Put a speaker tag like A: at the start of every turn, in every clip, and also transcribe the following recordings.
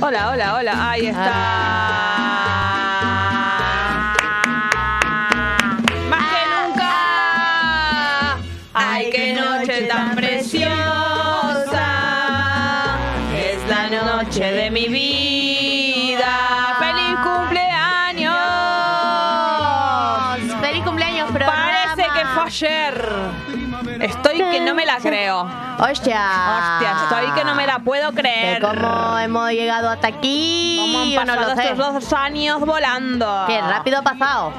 A: Hola, hola, hola. Ahí está. Más que nunca. Ay, qué noche tan preciosa. Es la noche de mi vida. ¡Feliz cumpleaños!
B: ¡Feliz cumpleaños, programa!
A: Parece que fue ayer. Estoy que no me la creo.
B: ¡Hostia! Ah.
A: Hostia, estoy que no me la puedo
B: De
A: creer.
B: ¿Cómo hemos llegado hasta aquí?
A: Cómo han
B: Yo no
A: pasado
B: lo sé.
A: estos dos años volando.
B: ¡Qué rápido ha pasado!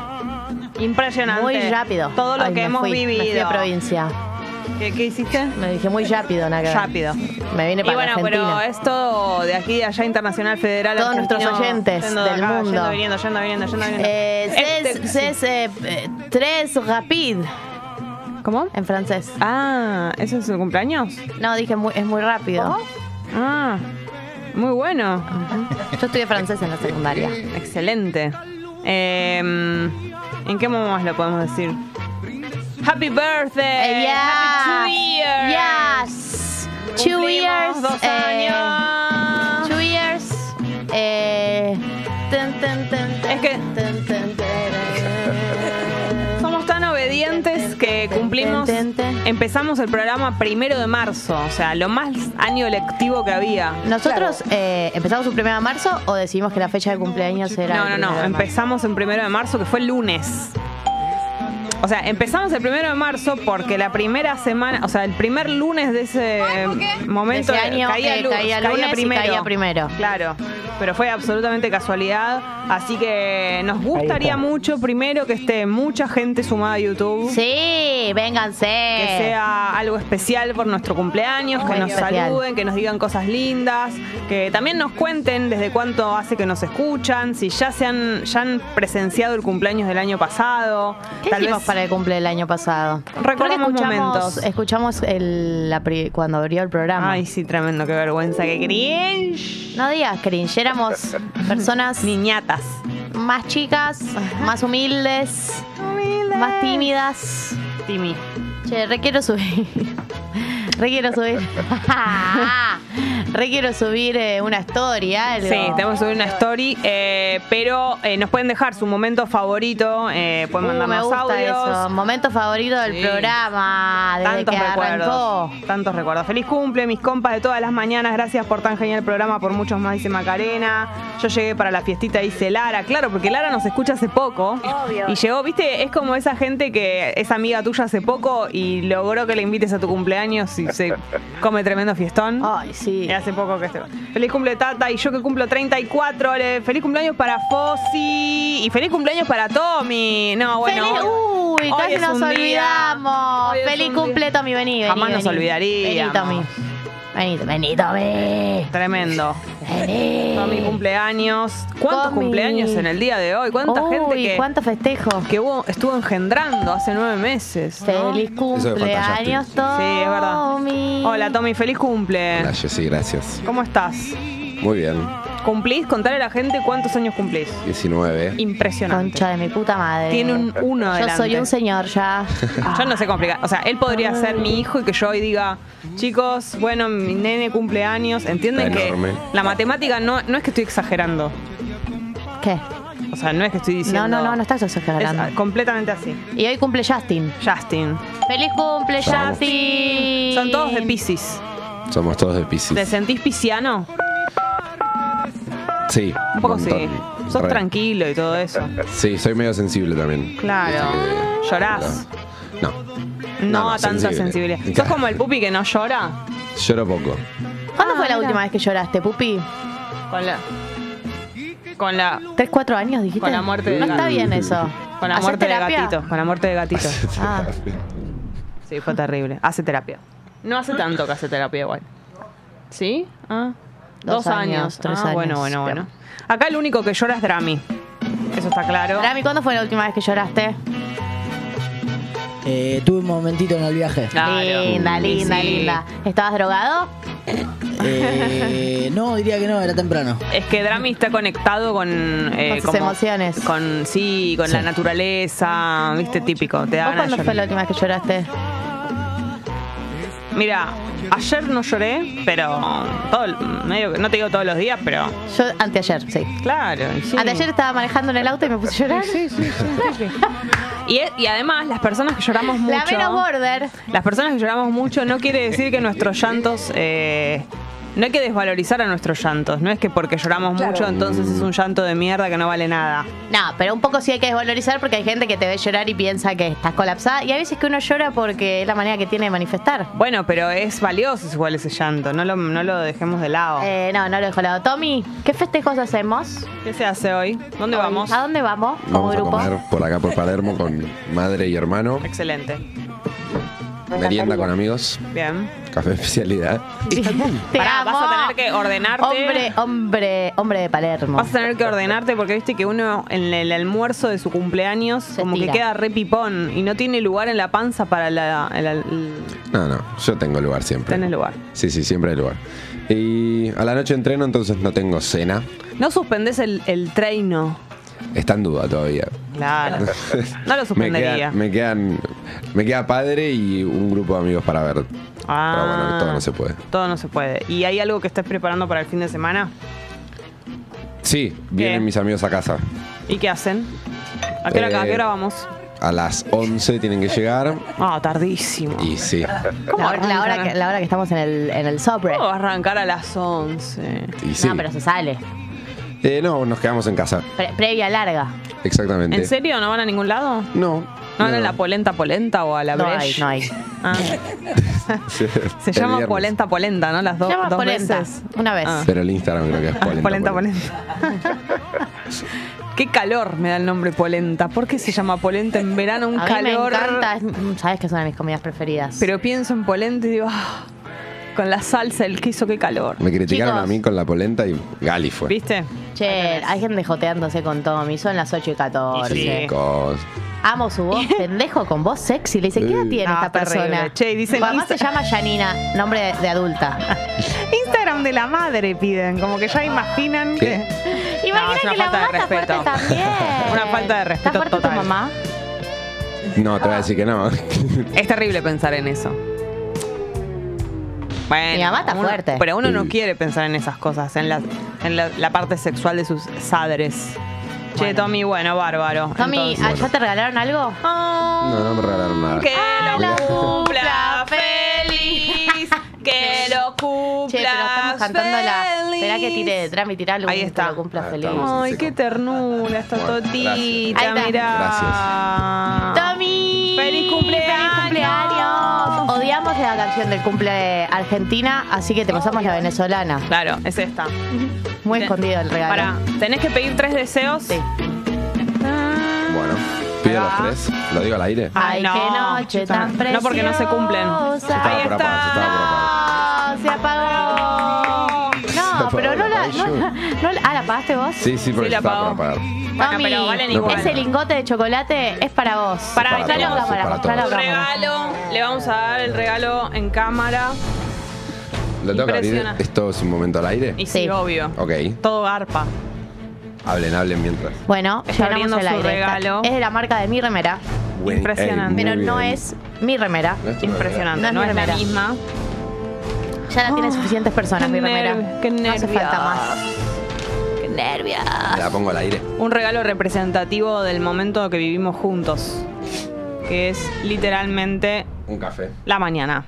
A: Impresionante.
B: Muy rápido.
A: Todo lo
B: Ay,
A: que
B: me
A: hemos
B: fui, Me fui
A: vivido.
B: a provincia.
A: ¿Qué, qué hiciste?
B: Me dije muy rápido, nada que ver.
A: Rápido.
B: Me vine
A: Y
B: para
A: bueno, pero
B: Argentina.
A: es todo de aquí, de allá, internacional, federal.
B: Todos
A: argentino,
B: nuestros oyentes
A: yendo
B: del
A: acá,
B: mundo.
A: Yendo, viniendo, yendo, viniendo, yendo, viniendo.
B: Eh,
A: Este-
B: c'est- c'est, eh, eh, tres rapid
A: ¿Cómo?
B: en francés.
A: Ah, ¿eso es su cumpleaños?
B: No, dije muy- es muy rápido.
A: Ah, muy bueno.
B: Yo estudié francés en la secundaria.
A: Excelente. Eh, ¿En qué más lo podemos decir? Happy birthday.
B: Eh, yeah.
A: Happy two years.
B: Yes. Two
A: Cumplimos
B: years.
A: Dos
B: eh,
A: años.
B: Two years. Eh, tan, tan, tan, tan,
A: Es que-
B: tan, tan, tan.
A: Somos tan obedientes que cumplimos. Empezamos el programa primero de marzo, o sea, lo más año lectivo que había.
B: Nosotros eh, empezamos un primero de marzo o decidimos que la fecha de cumpleaños era.
A: No, no,
B: el primero
A: no.
B: de marzo?
A: Empezamos el primero de marzo, que fue el lunes. O sea, empezamos el primero de marzo porque la primera semana, o sea, el primer lunes de ese momento
B: De ese año, eh,
A: lu-
B: caía lunes y caía primero.
A: Claro. Pero fue absolutamente casualidad. Así que nos gustaría mucho primero que esté mucha gente sumada a YouTube.
B: Sí, vénganse.
A: Que sea algo especial por nuestro cumpleaños, que
B: Eh. Muy
A: nos
B: especial.
A: saluden, que nos digan cosas lindas, que también nos cuenten desde cuánto hace que nos escuchan, si ya se han, ya han presenciado el cumpleaños del año pasado.
B: ¿Qué hicimos para el cumple del año pasado?
A: Recordamos
B: Creo que escuchamos,
A: momentos.
B: Escuchamos el, la pri- cuando abrió el programa.
A: Ay, sí, tremendo, qué vergüenza, qué cringe.
B: No digas cringe, éramos personas
A: Niñatas.
B: más chicas, más humildes, más tímidas.
A: Timi.
B: Che, requiero subir. Requiero subir. requiero subir eh, una historia.
A: Sí, tenemos que subir una story, eh, pero eh, nos pueden dejar su momento favorito, eh, pueden
B: Uh, me
A: mandarnos
B: gusta
A: audios.
B: eso. Momento favorito del
A: Sí.
B: programa. Desde
A: Tantos
B: que
A: recuerdos.
B: arrancó.
A: Tantos recuerdos. Feliz cumple, mis compas de todas las mañanas. Gracias por tan genial programa, por muchos más, dice Macarena. Yo llegué para la fiestita, dice Lara. Claro, porque Lara nos escucha hace poco. Y llegó, viste, es como esa gente que es amiga tuya hace poco y logró que le invites a tu cumpleaños y se come tremendo fiestón.
B: Ay, sí.
A: Y hace poco que este. Feliz cumple Tata y yo que cumplo 34. Le- Feliz cumpleaños para Fossi y feliz cumpleaños para Tommy. No, bueno.
B: Feliz- uh.
A: hoy-
B: Uy,
A: hoy
B: casi
A: es
B: nos
A: un día.
B: olvidamos.
A: Hoy es
B: Feliz
A: un día.
B: cumple, Tommy. Vení, vení.
A: Jamás nos
B: vení.
A: olvidaríamos.
B: Vení, Tommy. Vení, vení, Tommy.
A: Tremendo.
B: Vení.
A: Tommy cumpleaños. ¿Cuántos
B: Tommy.
A: cumpleaños en el día de hoy? ¿Cuánta
B: Uy,
A: gente que,
B: cuánto festejo.
A: que hubo- estuvo engendrando hace nueve meses? ¿no?
B: Feliz cumpleaños, Tommy.
A: Sí, es verdad. Hola, Tommy, feliz cumple.
C: Gracias, sí, gracias.
A: ¿Cómo estás?
C: Muy bien.
A: ¿Cumplís? Contale a la gente cuántos años cumplís.
C: 19.
A: Impresionante.
B: Concha de mi puta madre.
A: Tiene un uno
B: Yo
A: adelante.
B: soy un Ah. señor ya.
A: Yo no sé complicar. O sea, él podría ser mi hijo y que yo hoy diga, chicos, bueno, mi nene cumpleaños. Entienden
C: Está
A: que
C: enorme.
A: la matemática no, no es que estoy exagerando.
B: ¿Qué?
A: O sea, no es que estoy
B: No,
A: diciendo.
B: no, no, no estás
A: Es
B: exagerando.
A: ah, completamente así.
B: Y hoy cumple Justin.
A: Justin.
B: ¡Feliz cumple,
C: Vamos.
B: Justin!
A: Son todos de Pisces.
C: Somos todos de
A: ¿Te
C: Pisces.
A: sentís pisciano?
C: Sí.
A: Un poco sí.
C: montón.
A: Sos
C: Re.
A: tranquilo y todo eso.
C: Sí, soy medio sensible también.
A: Claro.
C: Viste que-
A: Llorás.
C: No.
A: No,
C: No, no,
A: a tanta
C: sensible.
A: sensibilidad. ¿Sos como el pupi que no llora?
C: Lloro poco.
B: ¿Cuándo
A: Ah,
B: fue la
A: mira.
B: última vez que lloraste, Pupi?
A: Con la. Con la.
B: ¿Tres, cuatro años dijiste?
A: Con la muerte de
B: No
A: Gato.
B: está bien eso.
A: Con la
B: ¿Hacés
A: muerte de
B: terapia?
A: gatito. Con la muerte de gatito.
B: Ah.
A: Sí, fue terrible. Hace terapia. No hace tanto que hace terapia igual. ¿Sí? Ah.
B: Dos años, tres
A: ah,
B: años.
A: Bueno, bueno, bueno. Acá el único que llora es Drami. Eso está claro.
B: Rami, ¿cuándo fue la última vez que lloraste?
D: Eh, tuve un momentito en el viaje.
A: Claro.
B: Linda, linda,
A: Sí.
B: linda. ¿Estabas drogado?
D: Eh, no, diría que no, era temprano.
A: Es que Drami está conectado con... eh,
B: Con sus emociones.
A: Con, sí, con la naturaleza, viste, típico. Te
B: ¿Vos
A: dan
B: cuándo fue la última vez que lloraste?
A: Mira, Ayer no lloré, pero todo, medio que- no te digo todos los días, pero
B: Yo anteayer, sí.
A: claro. sí.
B: Anteayer estaba manejando en el auto y me puse a llorar.
A: Y, e- y además, las personas que lloramos mucho.
B: La menos border.
A: Las personas que lloramos mucho no quiere decir que nuestros llantos. eh, no hay que desvalorizar a nuestros llantos. No es que porque lloramos mucho, entonces es un llanto de mierda que no vale nada.
B: No, pero un poco sí hay que desvalorizar porque hay gente que te ve llorar y piensa que estás colapsada. Y hay veces que uno llora porque es la manera que tiene de manifestar.
A: Bueno, pero es valioso igual ese llanto. No lo, no lo dejemos de lado.
B: Eh, no, no lo dejo de lado. Tommy, ¿qué festejos hacemos?
A: ¿Qué se hace hoy? ¿Dónde vamos?
B: ¿A dónde vamos como
C: Vamos a
B: grupo?
C: comer por acá por Palermo con madre y hermano.
A: Excelente.
C: Merienda con amigos.
A: Bien.
C: Café especialidad.
B: Te
A: Pará, vas a tener
B: amo.
A: que ordenarte.
B: Hombre, hombre, hombre de Palermo.
A: Vas a tener que ordenarte porque viste que uno en el almuerzo de su cumpleaños como
B: estira.
A: que queda re pipón y no tiene lugar en la panza para la, el- el-
C: No, no, yo tengo lugar siempre.
A: Tenés lugar.
C: Sí, sí, siempre hay lugar. Y a la noche entreno, entonces no tengo cena.
A: No suspendés el, el treino.
C: Está en duda todavía.
A: Claro. No lo
C: Me, queda-
A: suspendería.
C: me quedan, me queda padre y un grupo de amigos para ver. Pero bueno, todo no se puede.
A: Ah. Todo no se puede. ¿Y hay algo que estés preparando para el fin de semana?
C: Sí, vienen
A: ¿Qué?
C: mis amigos a casa.
A: ¿Y qué hacen? ¿A qué hora,
C: Eh,
A: a qué hora vamos?
C: A las 11 tienen que llegar.
A: Ah, tardísimo.
C: Y sí,
B: La hora, la hora que, la hora que estamos en el, en el sobre.
A: ¿Cómo va a arrancar a las 11?
C: y sí.
B: No, pero se sale.
C: Eh, no, nos quedamos en casa.
B: Pre- previa larga.
C: Exactamente.
A: ¿En serio? ¿No van a ningún lado?
C: No.
A: ¿No van a la polenta polenta o a la
B: No hay,
A: breche?
B: no hay.
A: Ah,
C: Sí,
A: se
C: el
A: llama
C: viernes.
A: polenta polenta, ¿no? Las do-
B: Se llama
A: dos
B: polenta,
A: veces.
B: una vez.
A: Ah.
C: Pero el Instagram creo que es polenta.
A: Polenta, polenta. Qué calor me da el nombre polenta. ¿Por qué se llama polenta en verano? Un
B: a mí
A: calor.
B: me encanta. es- Sabes que es una de mis comidas preferidas.
A: Pero pienso en polenta y digo, ah, con la salsa, el queso, qué calor.
C: Me criticaron
B: Chicos.
C: a mí con la polenta y Gali fue.
A: ¿Viste?
B: che, hay gente joteándose con Tommy. Son las 8 y 14.
A: Y sí. Eh.
C: Chicos.
B: Amo su voz, pendejo, con voz sexy. Le dice, ¿qué edad
C: Sí.
B: tiene
A: No,
B: esta
A: terrible.
B: persona?
A: Che, y dicen
B: Su mamá
A: Insta-
B: se llama Janina, nombre de, de adulta.
A: Instagram de la madre piden, como que ya imaginan
C: ¿Qué?
A: No,
B: Imagina
A: es una
B: que la
A: falta de
B: mamá está fuerte
A: respeto.
B: también.
A: Una falta de respeto
B: ¿Está fuerte
A: total.
B: tu mamá?
C: No, te voy a decir que no.
A: Es terrible pensar en eso. Bueno,
B: Mi mamá está
A: uno-
B: fuerte.
A: Pero uno no
C: Sí.
A: quiere pensar en esas cosas, en la, en la, la parte sexual de sus sadres. Che,
B: Bueno.
A: Tommy, bueno, bárbaro.
B: Tommy,
A: Entonces-
B: ¿ya te regalaron algo?
C: No, no me regalaron nada.
A: Que lo
C: lo
A: cumpla
B: cumpla
A: feliz. Que lo cumpla
B: Che, pero estamos cantando la. Esperá que tire detrás, me tirá algo.
A: Ahí
B: que
A: está.
B: Lo cumpla
C: Ah,
B: feliz.
C: estamos.
A: Ay, qué ternura esta
C: Bueno,
A: totita,
B: gracias.
A: mirá.
B: ¡Tommy!
A: ¡Feliz cumpleaños!
B: ¡Feliz cumpleaños! Odiamos la canción del cumple de Argentina, así que te pasamos la venezolana.
A: Claro, es esta.
B: Muy
A: Ten-
B: escondido el regalo.
A: Pará, tenés que pedir tres deseos.
B: Sí.
C: Bueno, pido los tres. ¿Lo digo al aire?
B: Ay,
A: no,
B: qué noche
A: chica.
B: tan preciosa.
A: No, porque no se cumplen.
C: Estaba
A: Ahí
C: por apagado, se estaba por apagado.
B: No, Ah, se apagó. No,
C: apagó,
B: pero no
C: la
B: la,
C: apagué yo.
B: no, no la- Ah, ¿la apagaste vos?
C: Sí, sí, porque
A: Sí, la
C: estaba
A: apagó.
C: por apagar.
A: Bueno, pero valen
C: No
A: igual.
B: Ese lingote de chocolate es para vos.
A: Pará,
B: para
A: para todos,
B: cámara,
C: para
B: mostralo a
C: todos.
B: cámara.
A: regalo, le vamos a dar el regalo en cámara.
C: ¿Lo tengo que abrir?
A: Impresiona.
C: ¿Esto es un momento al aire?
A: Y sí,
B: Sí.
A: obvio.
C: Ok.
A: Todo garpa.
C: Hablen, hablen mientras.
B: Bueno,
A: Está
B: llenamos
A: abriendo
B: el
A: su
B: aire.
A: regalo.
B: Es de la marca de mi remera,
C: Buen- eh,
A: Impresionante.
C: muy
B: pero
C: bien.
B: no es mi remera.
C: No es tu
A: Impresionante, no
B: No
A: es
B: es
A: la
B: remera.
A: misma.
B: Ya la tienen
A: Ah,
B: suficientes personas,
A: qué
B: mi remera.
A: nerv- qué
B: no hace
A: nervios.
B: falta más. Qué nervios.
C: remera. La pongo al aire.
A: Un regalo representativo del momento que vivimos juntos, que es literalmente
C: Un café.
A: la mañana.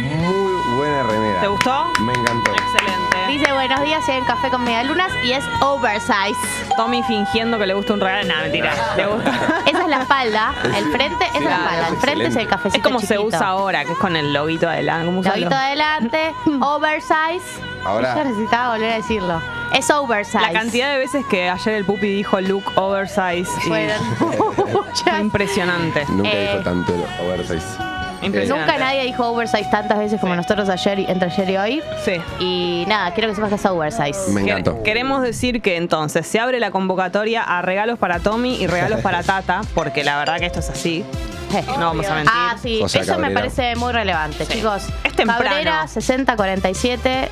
C: Muy buena remera.
A: ¿Te gustó?
C: Me encantó.
A: Excelente.
B: Dice buenos días, soy en café con medialunas y es oversize.
A: Tommy fingiendo que le gusta un regalo. Nada, mentira. Le gusta.
B: Esa es la espalda, el frente es
C: Sí,
B: la
C: claro,
B: espalda, el frente es
C: excelente.
B: el cafecito
A: Es como se
B: chiquito.
A: usa ahora, que es con el loguito adelante. ¿Cómo usan
B: Loguito
A: los-
B: adelante, oversize.
C: Ahora-
B: Yo necesitaba volver a decirlo. Es oversize.
A: La cantidad de veces que ayer el pupi dijo look oversize y-
B: Fueron muchas.
A: fue impresionante.
C: Nunca
B: Eh,
C: dijo tanto el oversize.
A: Impresionante.
B: Nunca nadie dijo oversize tantas veces como
A: Sí.
B: nosotros ayer, y- entre ayer y hoy.
A: Sí.
B: Y nada, quiero que sepas que es oversize.
C: Me
A: Que-
C: encantó.
A: Queremos decir que entonces se abre la convocatoria a regalos para Tommy y regalos para Tata, porque la verdad que esto es así. No vamos a mentir.
B: Ah, sí,
C: José
B: eso me
C: Cabrera.
B: parece muy relevante, chicos.
A: Es temprano.
B: Cabrera 6047.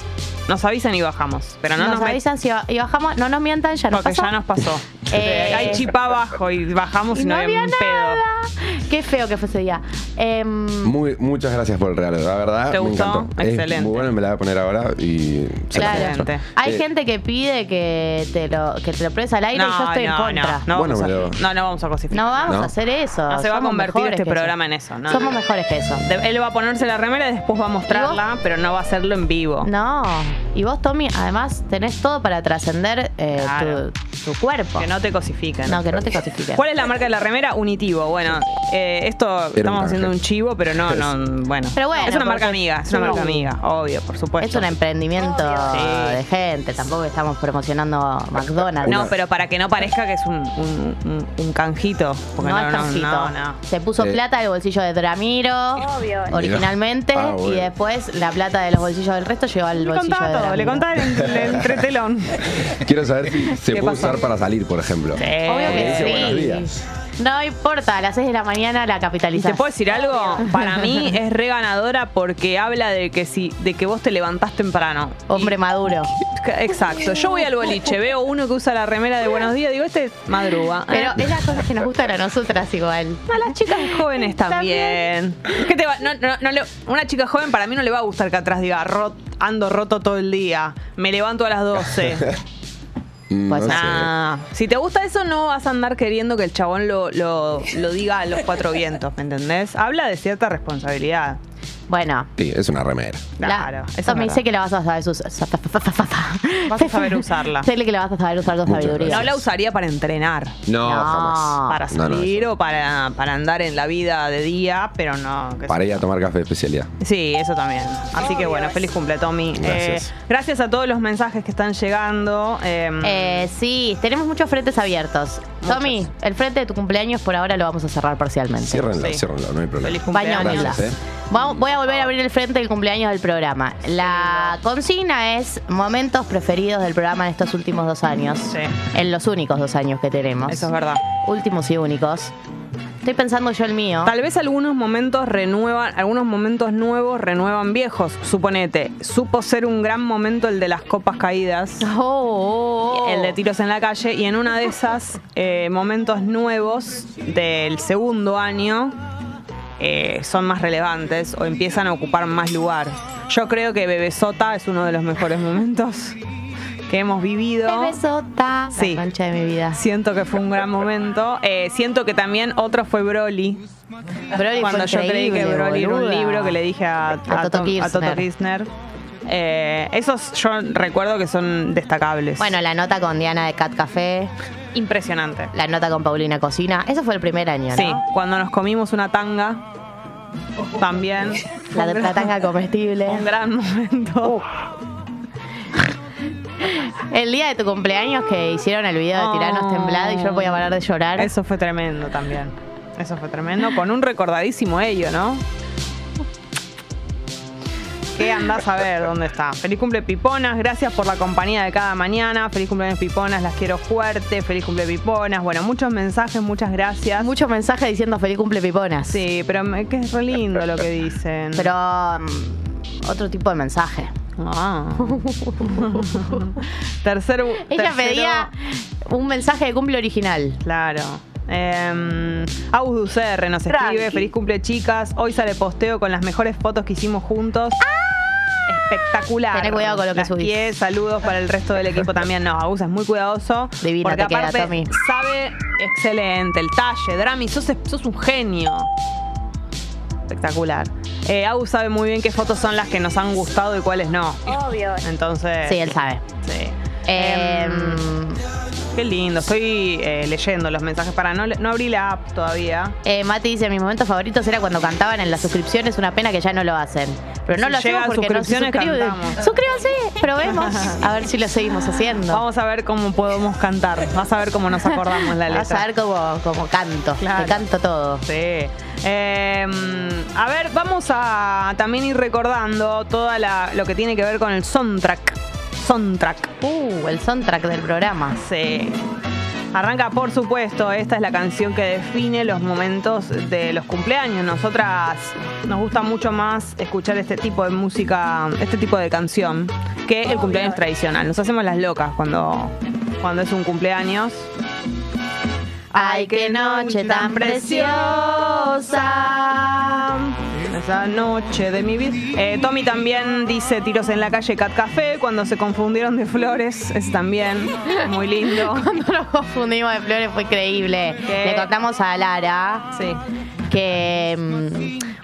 A: Nos avisan y bajamos, pero no nos,
B: nos,
A: met-
B: avisan si ba- y bajamos. No nos mientan, ya nos
A: porque
B: pasó.
A: ya nos pasó.
B: Eh,
A: Hay chip abajo y bajamos y,
B: y no había
A: un
B: nada.
A: pedo.
B: Qué feo que fue ese día. Em,
C: Muy, muchas gracias por el regalo, la verdad.
A: ¿Te
C: me
A: gustó?
C: encantó. Es
A: Excelente.
C: muy bueno, me la voy a poner ahora y se la
B: Claro.
C: muestro.
A: Excelente.
B: hay
C: Eh,
B: gente que pide que te lo, que te lo pruebes al aire y yo estoy en contra.
A: No, no,
C: Bueno,
A: vamos a-
C: pero-
A: no, no vamos a cosificar.
B: No vamos
C: No.
B: a hacer eso.
A: No se va a
B: Somos
A: convertir
B: mejores
A: este
B: que eso.
A: programa en eso, no.
B: Somos mejores que eso.
A: De- Él va a ponerse la remera y después va a mostrarla, pero no va a hacerlo en vivo.
B: No. Y vos, Tommy, además tenés todo para trascender eh,
A: Claro.
B: tu, tu cuerpo.
A: Que no te cosifican.
B: No, que no te cosifiques.
A: ¿Cuál es la marca de la remera? Unitivo. Bueno, eh, esto estamos
C: ángel.
A: haciendo un chivo, pero no, no, bueno.
B: Pero bueno,
A: Es una marca
B: porque-
A: amiga, es una marca
B: Sí.
A: amiga, obvio, por supuesto.
B: Es em- un emprendimiento
A: Sí.
B: de gente, tampoco estamos promocionando McDonald's.
A: No, pero para que no parezca que es un, un- un- un canjito. Porque
B: no,
A: no,
B: es
A: no,
B: tancito.
A: no, no.
B: Se puso
C: Eh.
B: plata del bolsillo de Dramiro originalmente
C: Ah, bueno.
B: y después la plata de los bolsillos del resto llegó al
A: Le
B: bolsillo
A: contaba
B: de
A: todo,
B: Dramiro.
A: le contaba el, el entretelón.
C: Quiero saber si se
A: ¿Qué
C: puede
A: pasó?
C: usar para salir, por ejemplo.
B: Obvio
C: Eh, dice buenos
B: que sí.
C: días.
B: No importa, a las 6 de la mañana la
A: ¿Y
B: capitalizás.
A: te puedo decir algo? Para mí es re ganadora porque habla de que si, de que vos te levantás temprano.
B: Hombre maduro.
A: Y- Exacto. Yo voy al boliche, veo uno que usa la remera de buenos días, digo, este madruga.
B: Pero es las cosas que nos gustan a nosotras igual.
A: A las chicas jóvenes también. ¿Qué te va- no- no- no le- una chica joven para mí no le va a gustar que atrás diga, "Rot- ando roto todo el día, me levanto a las 12.
C: Mm,
B: Pues
C: no sé.
A: Ah, si te gusta eso, no vas a andar queriendo que el chabón lo, lo- lo diga a los cuatro vientos, ¿me entendés? Habla de cierta responsabilidad.
B: Bueno.
C: Sí, es una remera.
A: Claro, eso es
B: eso me
A: verdad.
B: dice que la vas a saber usar. Vas
A: Vas a saber usarla.
B: Sé que la vas a saber usar con
C: Muchas
B: sabiduría.
A: No la usaría para entrenar,
C: No,
B: No.
C: jamás.
A: para
C: No, no,
A: salir o para, para andar en la vida de día, pero pues, no. qué sé
C: Para
A: yo.
C: ir a tomar café de especialidad.
A: Sí, eso también. Así que bueno, feliz cumple, Tommy.
C: Gracias.
A: Eh, gracias a todos los mensajes que están llegando. eh,
B: Eh, sí, tenemos muchos frentes abiertos. Tommy, el frente de tu cumpleaños por ahora lo vamos a cerrar parcialmente.
C: Ciérrenlo,
A: Sí.
C: ciérrenlo, no hay problema.
A: feliz
B: Baño
A: cumpleaños.
B: Nilda.
C: Gracias, eh.
B: Va- Voy a volver a abrir el frente del cumpleaños del programa. La consigna es momentos preferidos del programa en estos últimos dos años.
A: Sí.
B: En los únicos dos años que tenemos.
A: Eso es verdad.
B: Últimos y únicos. Estoy pensando yo el mío.
A: Tal vez algunos momentos renuevan, algunos momentos nuevos renuevan viejos. Suponete, supo ser un gran momento el de las copas caídas,
B: Oh, oh, oh.
A: el de tiros en la calle, y en una de esas eh, momentos nuevos del segundo año eh, son más relevantes o empiezan a ocupar más lugar. Yo creo que Bebesota es uno de los mejores momentos que hemos vivido.
B: Qué besota.
A: Sí.
B: La concha de mi vida.
A: Siento que fue un gran momento. Eh, siento que también otro fue Broly.
B: Broly
A: Cuando
B: fue
A: yo creí que
B: increíble,
A: Broly era un
B: boluda.
A: libro que le dije a,
B: A Toto
A: Tom-
B: Kirchner.
A: Kirchner. Eh, esos yo recuerdo que son destacables.
B: Bueno, la nota con Diana de Cat Café,
A: impresionante.
B: la nota con Paulina Cocina. Eso fue el primer año, ¿no?
A: Sí, cuando nos comimos una tanga también.
B: La, de- la tanga comestible.
A: Un gran momento.
B: El día de tu cumpleaños que hicieron el video de Tiranos
A: Oh.
B: Temblado y yo no podía parar de llorar.
A: Eso fue tremendo también. Eso fue tremendo. Con un recordadísimo ello, ¿no? ¿Qué andás a ver dónde está? Feliz cumple Piponas, gracias por la compañía de cada mañana. Feliz cumpleaños Piponas, las quiero fuerte. Feliz cumple Piponas. Bueno, muchos mensajes, muchas gracias.
B: Muchos mensajes diciendo feliz cumple piponas.
A: Sí, pero me- que es re lindo lo que dicen.
B: Pero mm, otro tipo de mensaje.
A: Ah. Tercer bu-
B: Ella
A: tercero-
B: pedía un mensaje de cumple original.
A: Claro. Eh, Agus Ducerre nos escribe, feliz cumple chicas, hoy sale posteo con las mejores fotos que hicimos juntos. Espectacular.
B: Tené Ah. cuidado con lo que
A: Las
B: subís.
A: quiero, saludos para el resto del equipo también. No, Agus es muy cuidadoso.
B: Divina
A: porque
B: te queda,
A: aparte
B: Tommy.
A: sabe excelente el talle, Drami, sos, sos un genio. Espectacular. Eh, Agus sabe muy bien qué fotos son las que nos han gustado y cuáles no. Obvio. Entonces.
B: Sí, él sabe.
A: sí.
B: Em,
A: Em, Qué lindo, estoy eh, leyendo los mensajes para no, le- no abrí la app todavía.
B: eh, Mati dice, mis momentos favoritos era cuando cantaban en las suscripciones, una pena que ya no lo hacen. Pero no
A: Si
B: lo hacemos
A: llegan
B: porque no se
A: suscripciones,
B: suscriben.
A: cantamos.
B: Suscríbanse, probemos. A ver si lo seguimos haciendo.
A: Vamos a ver cómo podemos cantar, vas a ver cómo nos acordamos la letra.
B: Vas a ver cómo, cómo canto.
A: Claro.
B: Te canto todo.
A: Sí. Eh, a ver, vamos a también ir recordando toda la, lo que tiene que ver con el soundtrack. Soundtrack.
B: Uh, el soundtrack del programa.
A: Sí. Arranca, por supuesto, esta es la canción que define los momentos de los cumpleaños. Nosotras nos gusta mucho más escuchar este tipo de música, este tipo de canción, que el cumpleaños tradicional. Nos hacemos las locas cuando, cuando es un cumpleaños.
B: Ay, qué noche tan preciosa.
A: Esa noche de mi vida. Eh, Tommy también dice tiros en la calle Cat Café cuando se confundieron de flores. Es también muy lindo.
B: Cuando nos confundimos de flores fue increíble.
A: ¿Qué?
B: Le contamos a Lara
A: Sí.
B: que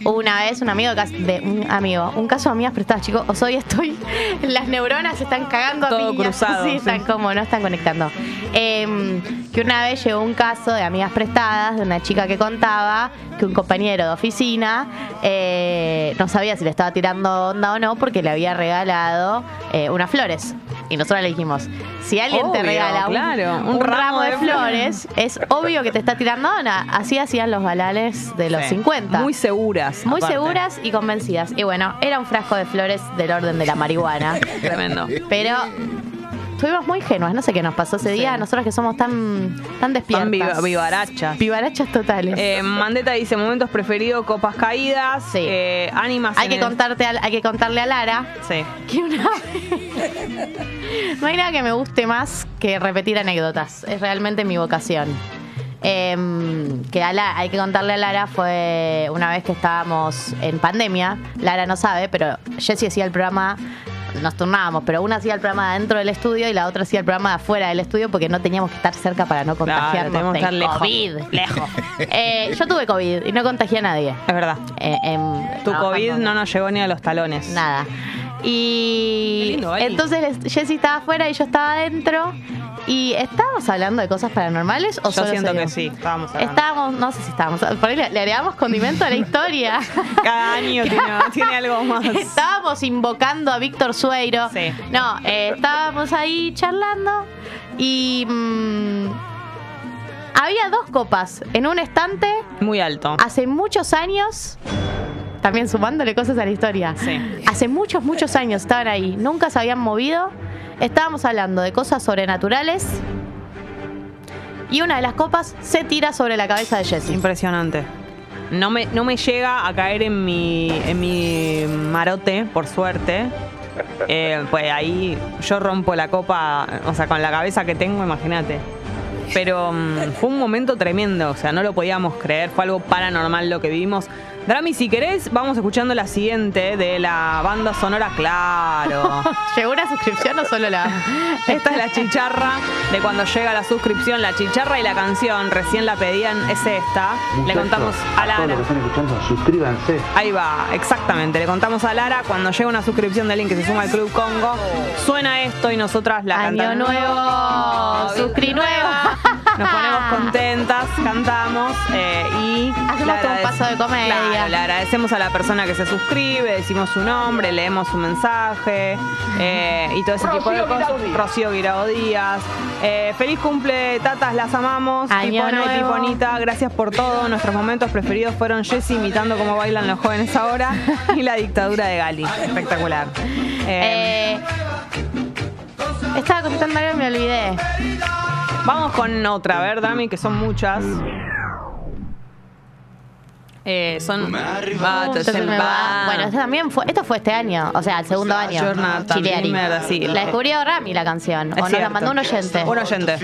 B: mm, una vez un amigo de, cas- de- un amigo, un caso de amigas prestadas, chicos, os hoy estoy, las neuronas se están cagando a
A: Todo
B: piñas.
A: cruzado,
B: Sí,
A: sí.
B: están como, no están conectando. Em, que una vez llegó un caso de amigas prestadas de una chica que contaba que un compañero de oficina eh, no sabía si le estaba tirando onda o no porque le había regalado eh, unas flores. Y nosotros le dijimos, si alguien te
A: Obvio,
B: regala un,
A: claro,
B: un ramo de flores, es obvio que te está tirando ona. Así hacían los galales de los
A: Sí.
B: 50.
A: Muy seguras.
B: Muy
A: aparte.
B: seguras y convencidas. Y bueno, era un frasco de flores del orden de la marihuana.
A: Tremendo.
B: Pero estuvimos muy ingenuas. No sé qué nos pasó ese día. Nosotros que somos tan, tan
A: Tan
B: despiertas.
A: viva- vivarachas.
B: Vivarachas totales.
A: Eh, Mandeta dice momentos preferidos, copas caídas,
B: Sí.
A: eh, ánimas.
B: hay,
A: en
B: que
A: el-
B: contarte al- hay que contarle a Lara
A: Sí.
B: que una No hay nada que me guste más que repetir anécdotas. Es realmente mi vocación. Em, que a la- hay que contarle a Lara fue una vez que estábamos en pandemia. Lara no sabe, pero Jessie hacía el programa. Nos turnábamos, pero una hacía el programa dentro del estudio y la otra hacía el programa de afuera del estudio porque no teníamos que estar cerca para no contagiarnos
A: tenemos que estar
B: del
A: lejos.
B: COVID. Lejos. Eh, yo tuve COVID y no contagié a nadie.
A: Es verdad.
B: Eh, em,
A: Tu
B: trabajando.
A: COVID no nos llegó ni a los talones.
B: Nada. Y
A: Qué lindo, Bali.
B: entonces Jessy estaba afuera y yo estaba adentro. Y estábamos hablando de cosas paranormales o
A: Yo
B: solo
A: siento
B: se dio?
A: que sí. Estábamos hablando.
B: Estábamos, no sé si estábamos, por ahí le, le agregamos condimento a la historia.
A: Cada año tiene, tiene algo más.
B: estábamos invocando a Víctor Sueiro.
A: Sí.
B: No, eh, estábamos ahí charlando y mm, había dos copas en un estante
A: Muy alto.
B: hace muchos años, también sumándole cosas a la historia,
A: Sí.
B: hace muchos, muchos años estaban ahí, nunca se habían movido, estábamos hablando de cosas sobrenaturales y una de las copas se tira sobre la cabeza de Jesse.
A: Impresionante. No me, no me llega a caer en mi, en mi marote, por suerte. Eh, pues ahí yo rompo la copa, o sea, con la cabeza que tengo, imagínate. Pero mm, fue un momento tremendo, o sea, no lo podíamos creer, fue algo paranormal lo que vivimos. Drami, si querés, vamos escuchando la siguiente de la banda sonora Claro.
B: ¿Llegó una suscripción o solo la...?
A: Esta es la chicharra de cuando llega la suscripción, la chicharra y la canción, recién la pedían, es esta. Le
E: Muchachos,
A: contamos a
E: todos
A: Lara.
E: los que están escuchando, suscríbanse.
A: Ahí va, exactamente. Le contamos a Lara cuando llega una suscripción de alguien que se suma al Club Congo. Suena esto y nosotras la
B: Año
A: cantamos.
B: nuevo, suscri nueva.
A: Nos ponemos contentas, cantamos eh, y.
B: Hacemos
A: le
B: todo un
A: agradec-
B: paso de comedia.
A: Claro, le agradecemos a la persona que se suscribe, decimos su nombre, leemos su mensaje eh, y todo ese tipo de cosas. Rocío Guirao Díaz. Eh, feliz cumple, tatas, las amamos.
B: Año
A: Tipona y
B: nuevo.
A: Tiponita, gracias por todo. Nuestros momentos preferidos fueron Jessy imitando cómo bailan los jóvenes ahora y la dictadura de Gali. Espectacular. Eh,
B: Eh, estaba contestando algo y me olvidé.
A: Vamos con otra, ¿verdad, ver, Dami, que son muchas. Eh, son
B: Entonces me va. Bueno, esta también fue, esto fue este año, o sea, el segundo año.
A: Jornada,
B: Chileari.
A: mierda, sí.
B: La descubrió Rami la canción,
A: Es
B: o nos la
A: cierto.
B: mandó un oyente.
A: Un oyente.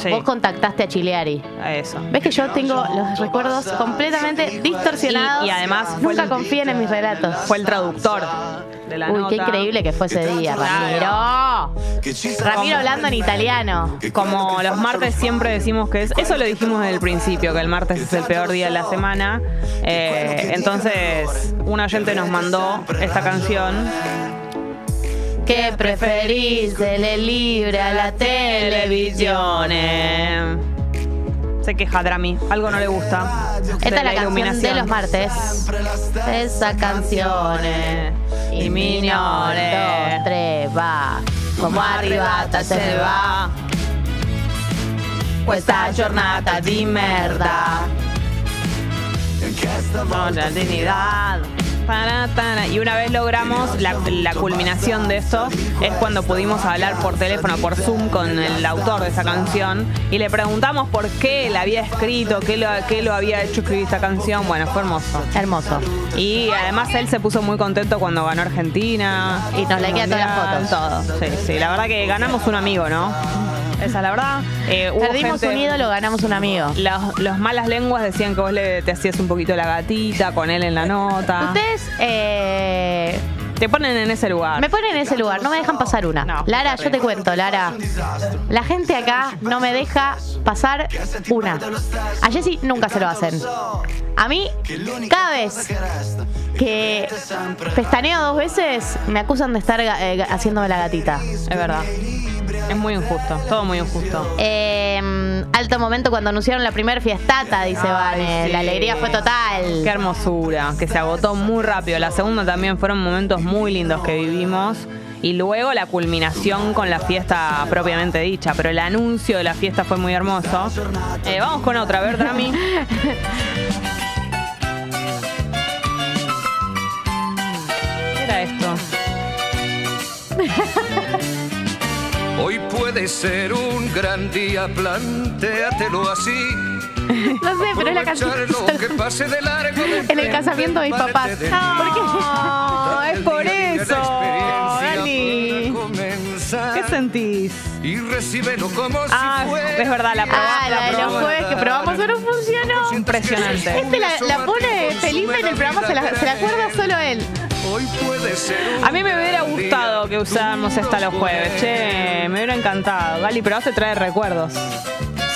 A: Sí,
B: Vos contactaste a Chileari.
A: a eso.
B: Ves que yo tengo los recuerdos completamente distorsionados.
A: Y- y además fue
B: nunca
A: el-
B: confíen en mis relatos.
A: Fue el traductor de la
B: Uy, qué
A: nota.
B: increíble que fue ese día, Ramiro. Ramiro hablando en italiano.
A: Como los martes siempre decimos que es, eso lo dijimos desde el principio, que el martes es el peor día de la semana. Eh, entonces, un oyente nos mandó esta canción.
B: ¿Qué preferís? Se le libre a la televisión.
A: eh. Se queja Drami, algo no le gusta.
B: Esta es la canción de
A: iluminación.
B: los martes. Esa canción. eh. Y miñones. Dos, tres, va. Como arribata se va.
A: Pues
B: Questa giornata di merda.
A: Con la dignidad. Para, para. Y una vez logramos la, la culminación de esto, es cuando pudimos hablar por teléfono, por Zoom, con el autor de esa canción y le preguntamos por qué la había escrito, qué lo, qué lo había hecho escribir esta canción. Bueno, fue hermoso.
B: Hermoso.
A: Y además él se puso muy contento cuando ganó Argentina.
B: Y
A: la
B: nos likeó todas las fotos.
A: Todo. Sí, sí, la verdad que ganamos un amigo, ¿no? esa es la verdad. Eh, hubo
B: Perdimos
A: gente-
B: un ídolo, ganamos un amigo.
A: Los, los malas lenguas decían que vos le, te hacías un poquito la gatita con él en la nota.
B: Ustedes eh,
A: Te ponen en ese lugar.
B: me ponen en ese lugar, no me dejan pasar una.
A: No,
B: Lara,
A: qué
B: yo te cuento, Lara. La gente acá no me deja pasar una. A Jessy nunca se lo hacen. A mí, cada vez que pestaneo dos veces, me acusan de estar eh, haciéndome la gatita.
A: Es verdad. Es muy injusto. Todo muy injusto.
B: Eh, alto momento cuando anunciaron la primera fiestata, dice
A: Ay,
B: Vane.
A: sí.
B: La alegría fue
A: Qué
B: total.
A: hermosura, que se agotó muy rápido. La segunda también fueron momentos muy lindos que vivimos. Y luego la culminación con la fiesta propiamente dicha. Pero el anuncio de la fiesta fue muy hermoso. Eh, vamos con otra, a ver, Drami. ¿Qué era esto?
F: Hoy puede ser un gran día, plantéatelo así.
B: No sé, pero es la canción.
F: Aprovechar lo que pase de largo.
B: En el casamiento de mis papás.
A: No, es por eso,
F: Dani.
A: Dani. ¿Qué sentís?
F: Y recíbelo como
A: Ah,
F: si fuera.
A: es verdad, la probá-
B: Ah, la de los jueves que probamos no funcionó.
A: Impresionante.
B: Este la, la pone Felipe en el programa, se la, se la acuerda solo él.
F: Hoy puede ser un
A: A mí me hubiera
F: gran día,
A: gustado que usáramos esta los jueves, che, me hubiera encantado. Gali, pero vos te trae recuerdos.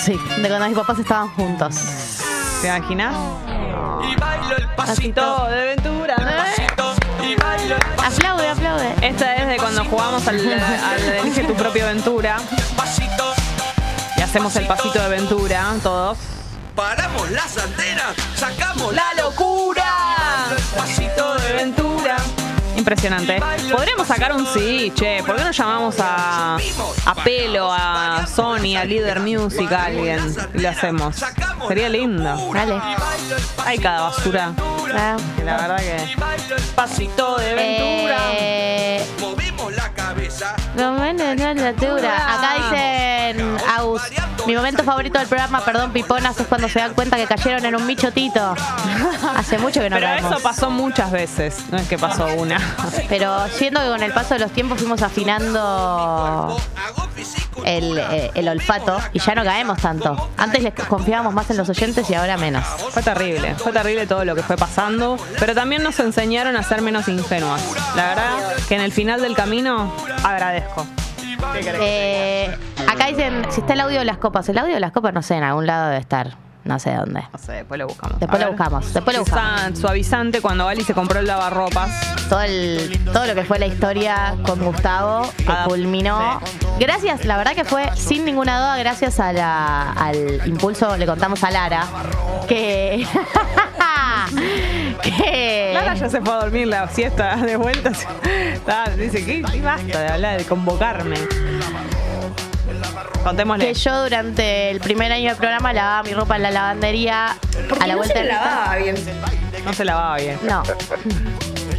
B: Sí, de cuando mis papás estaban juntos.
A: ¿Te imaginas?
G: Y bailo el pasito,
A: Todo de aventura.
G: pasito, y bailo el
B: Aplaude, aplaude.
A: Esta es de cuando jugamos al, al Elige tu propia aventura
G: pasito.
A: y hacemos el pasito de aventura todos.
G: Paramos las antenas, sacamos la
A: ¡La locura!
G: pasito de
A: aventura. Impresionante. ¿eh? Podríamos sacar un sí, che. ¿Por qué no llamamos a, a Pelo, a Sony, a Leader Music, a alguien? Y lo hacemos. Sería lindo.
B: Dale.
A: Hay cada basura.
B: Ah.
A: que La verdad que. Pasito de
B: Eh,
G: Movemos la cabeza.
B: No, no, no, no, la teura. Acá dicen, Agus, mi momento favorito del programa, perdón, piponas, es cuando se dan cuenta que cayeron en un michotito. Hace mucho que no
A: Pero
B: caemos.
A: eso pasó muchas veces. No es que pasó una.
B: Pero siento que con el paso de los tiempos fuimos afinando
G: Hago fisiculturismo.
B: el, eh, el olfato y ya no caemos tanto. Antes les confiábamos más en los oyentes y ahora menos.
A: Fue terrible. Fue terrible todo lo que fue pasando. Pero también nos enseñaron a ser menos ingenuas. La verdad que en el final del camino agradezco.
B: Eh, acá dicen, si está el audio de las copas, el audio de las copas no sé, en algún lado debe estar, no sé dónde.
A: No sé, después lo buscamos.
B: Después
A: A
B: lo
A: ver.
B: buscamos, después lo buscamos.
A: Quizá Suavizante cuando Gali se compró el lavarropas.
B: todo, el- todo lo que fue la historia con Gustavo, que
A: Ah,
B: culminó. Gracias, la verdad que fue sin ninguna duda, gracias a la- al impulso, le contamos a Lara, que... que
A: Lara ya se fue a dormir la siesta de vuelta. Está- dice, ¿qué, qué basta de hablar, de convocarme? Contémosle.
B: que yo durante el primer año del programa lavaba mi ropa en la lavandería a la vuelta de mi casa.
A: No se lavaba bien.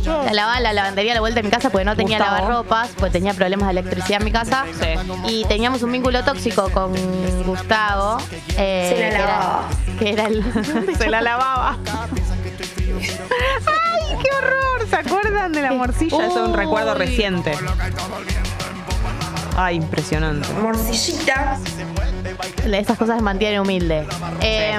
B: No. La lavaba en la lavandería a la vuelta de mi casa porque no tenía
A: Gustavo.
B: lavarropas, porque tenía problemas de electricidad en mi casa.
A: Sí.
B: Y teníamos un vínculo tóxico con Gustavo. eh,
H: Se la
B: que era-
H: lavaba.
B: Que era, el.
A: Se la lavaba. ¡Ay, qué horror! ¿Se acuerdan de la morcilla? Eso es un
B: Uy.
A: recuerdo reciente. Ay, impresionante.
H: Morcillita.
B: Estas cosas mantienen humilde. Eh,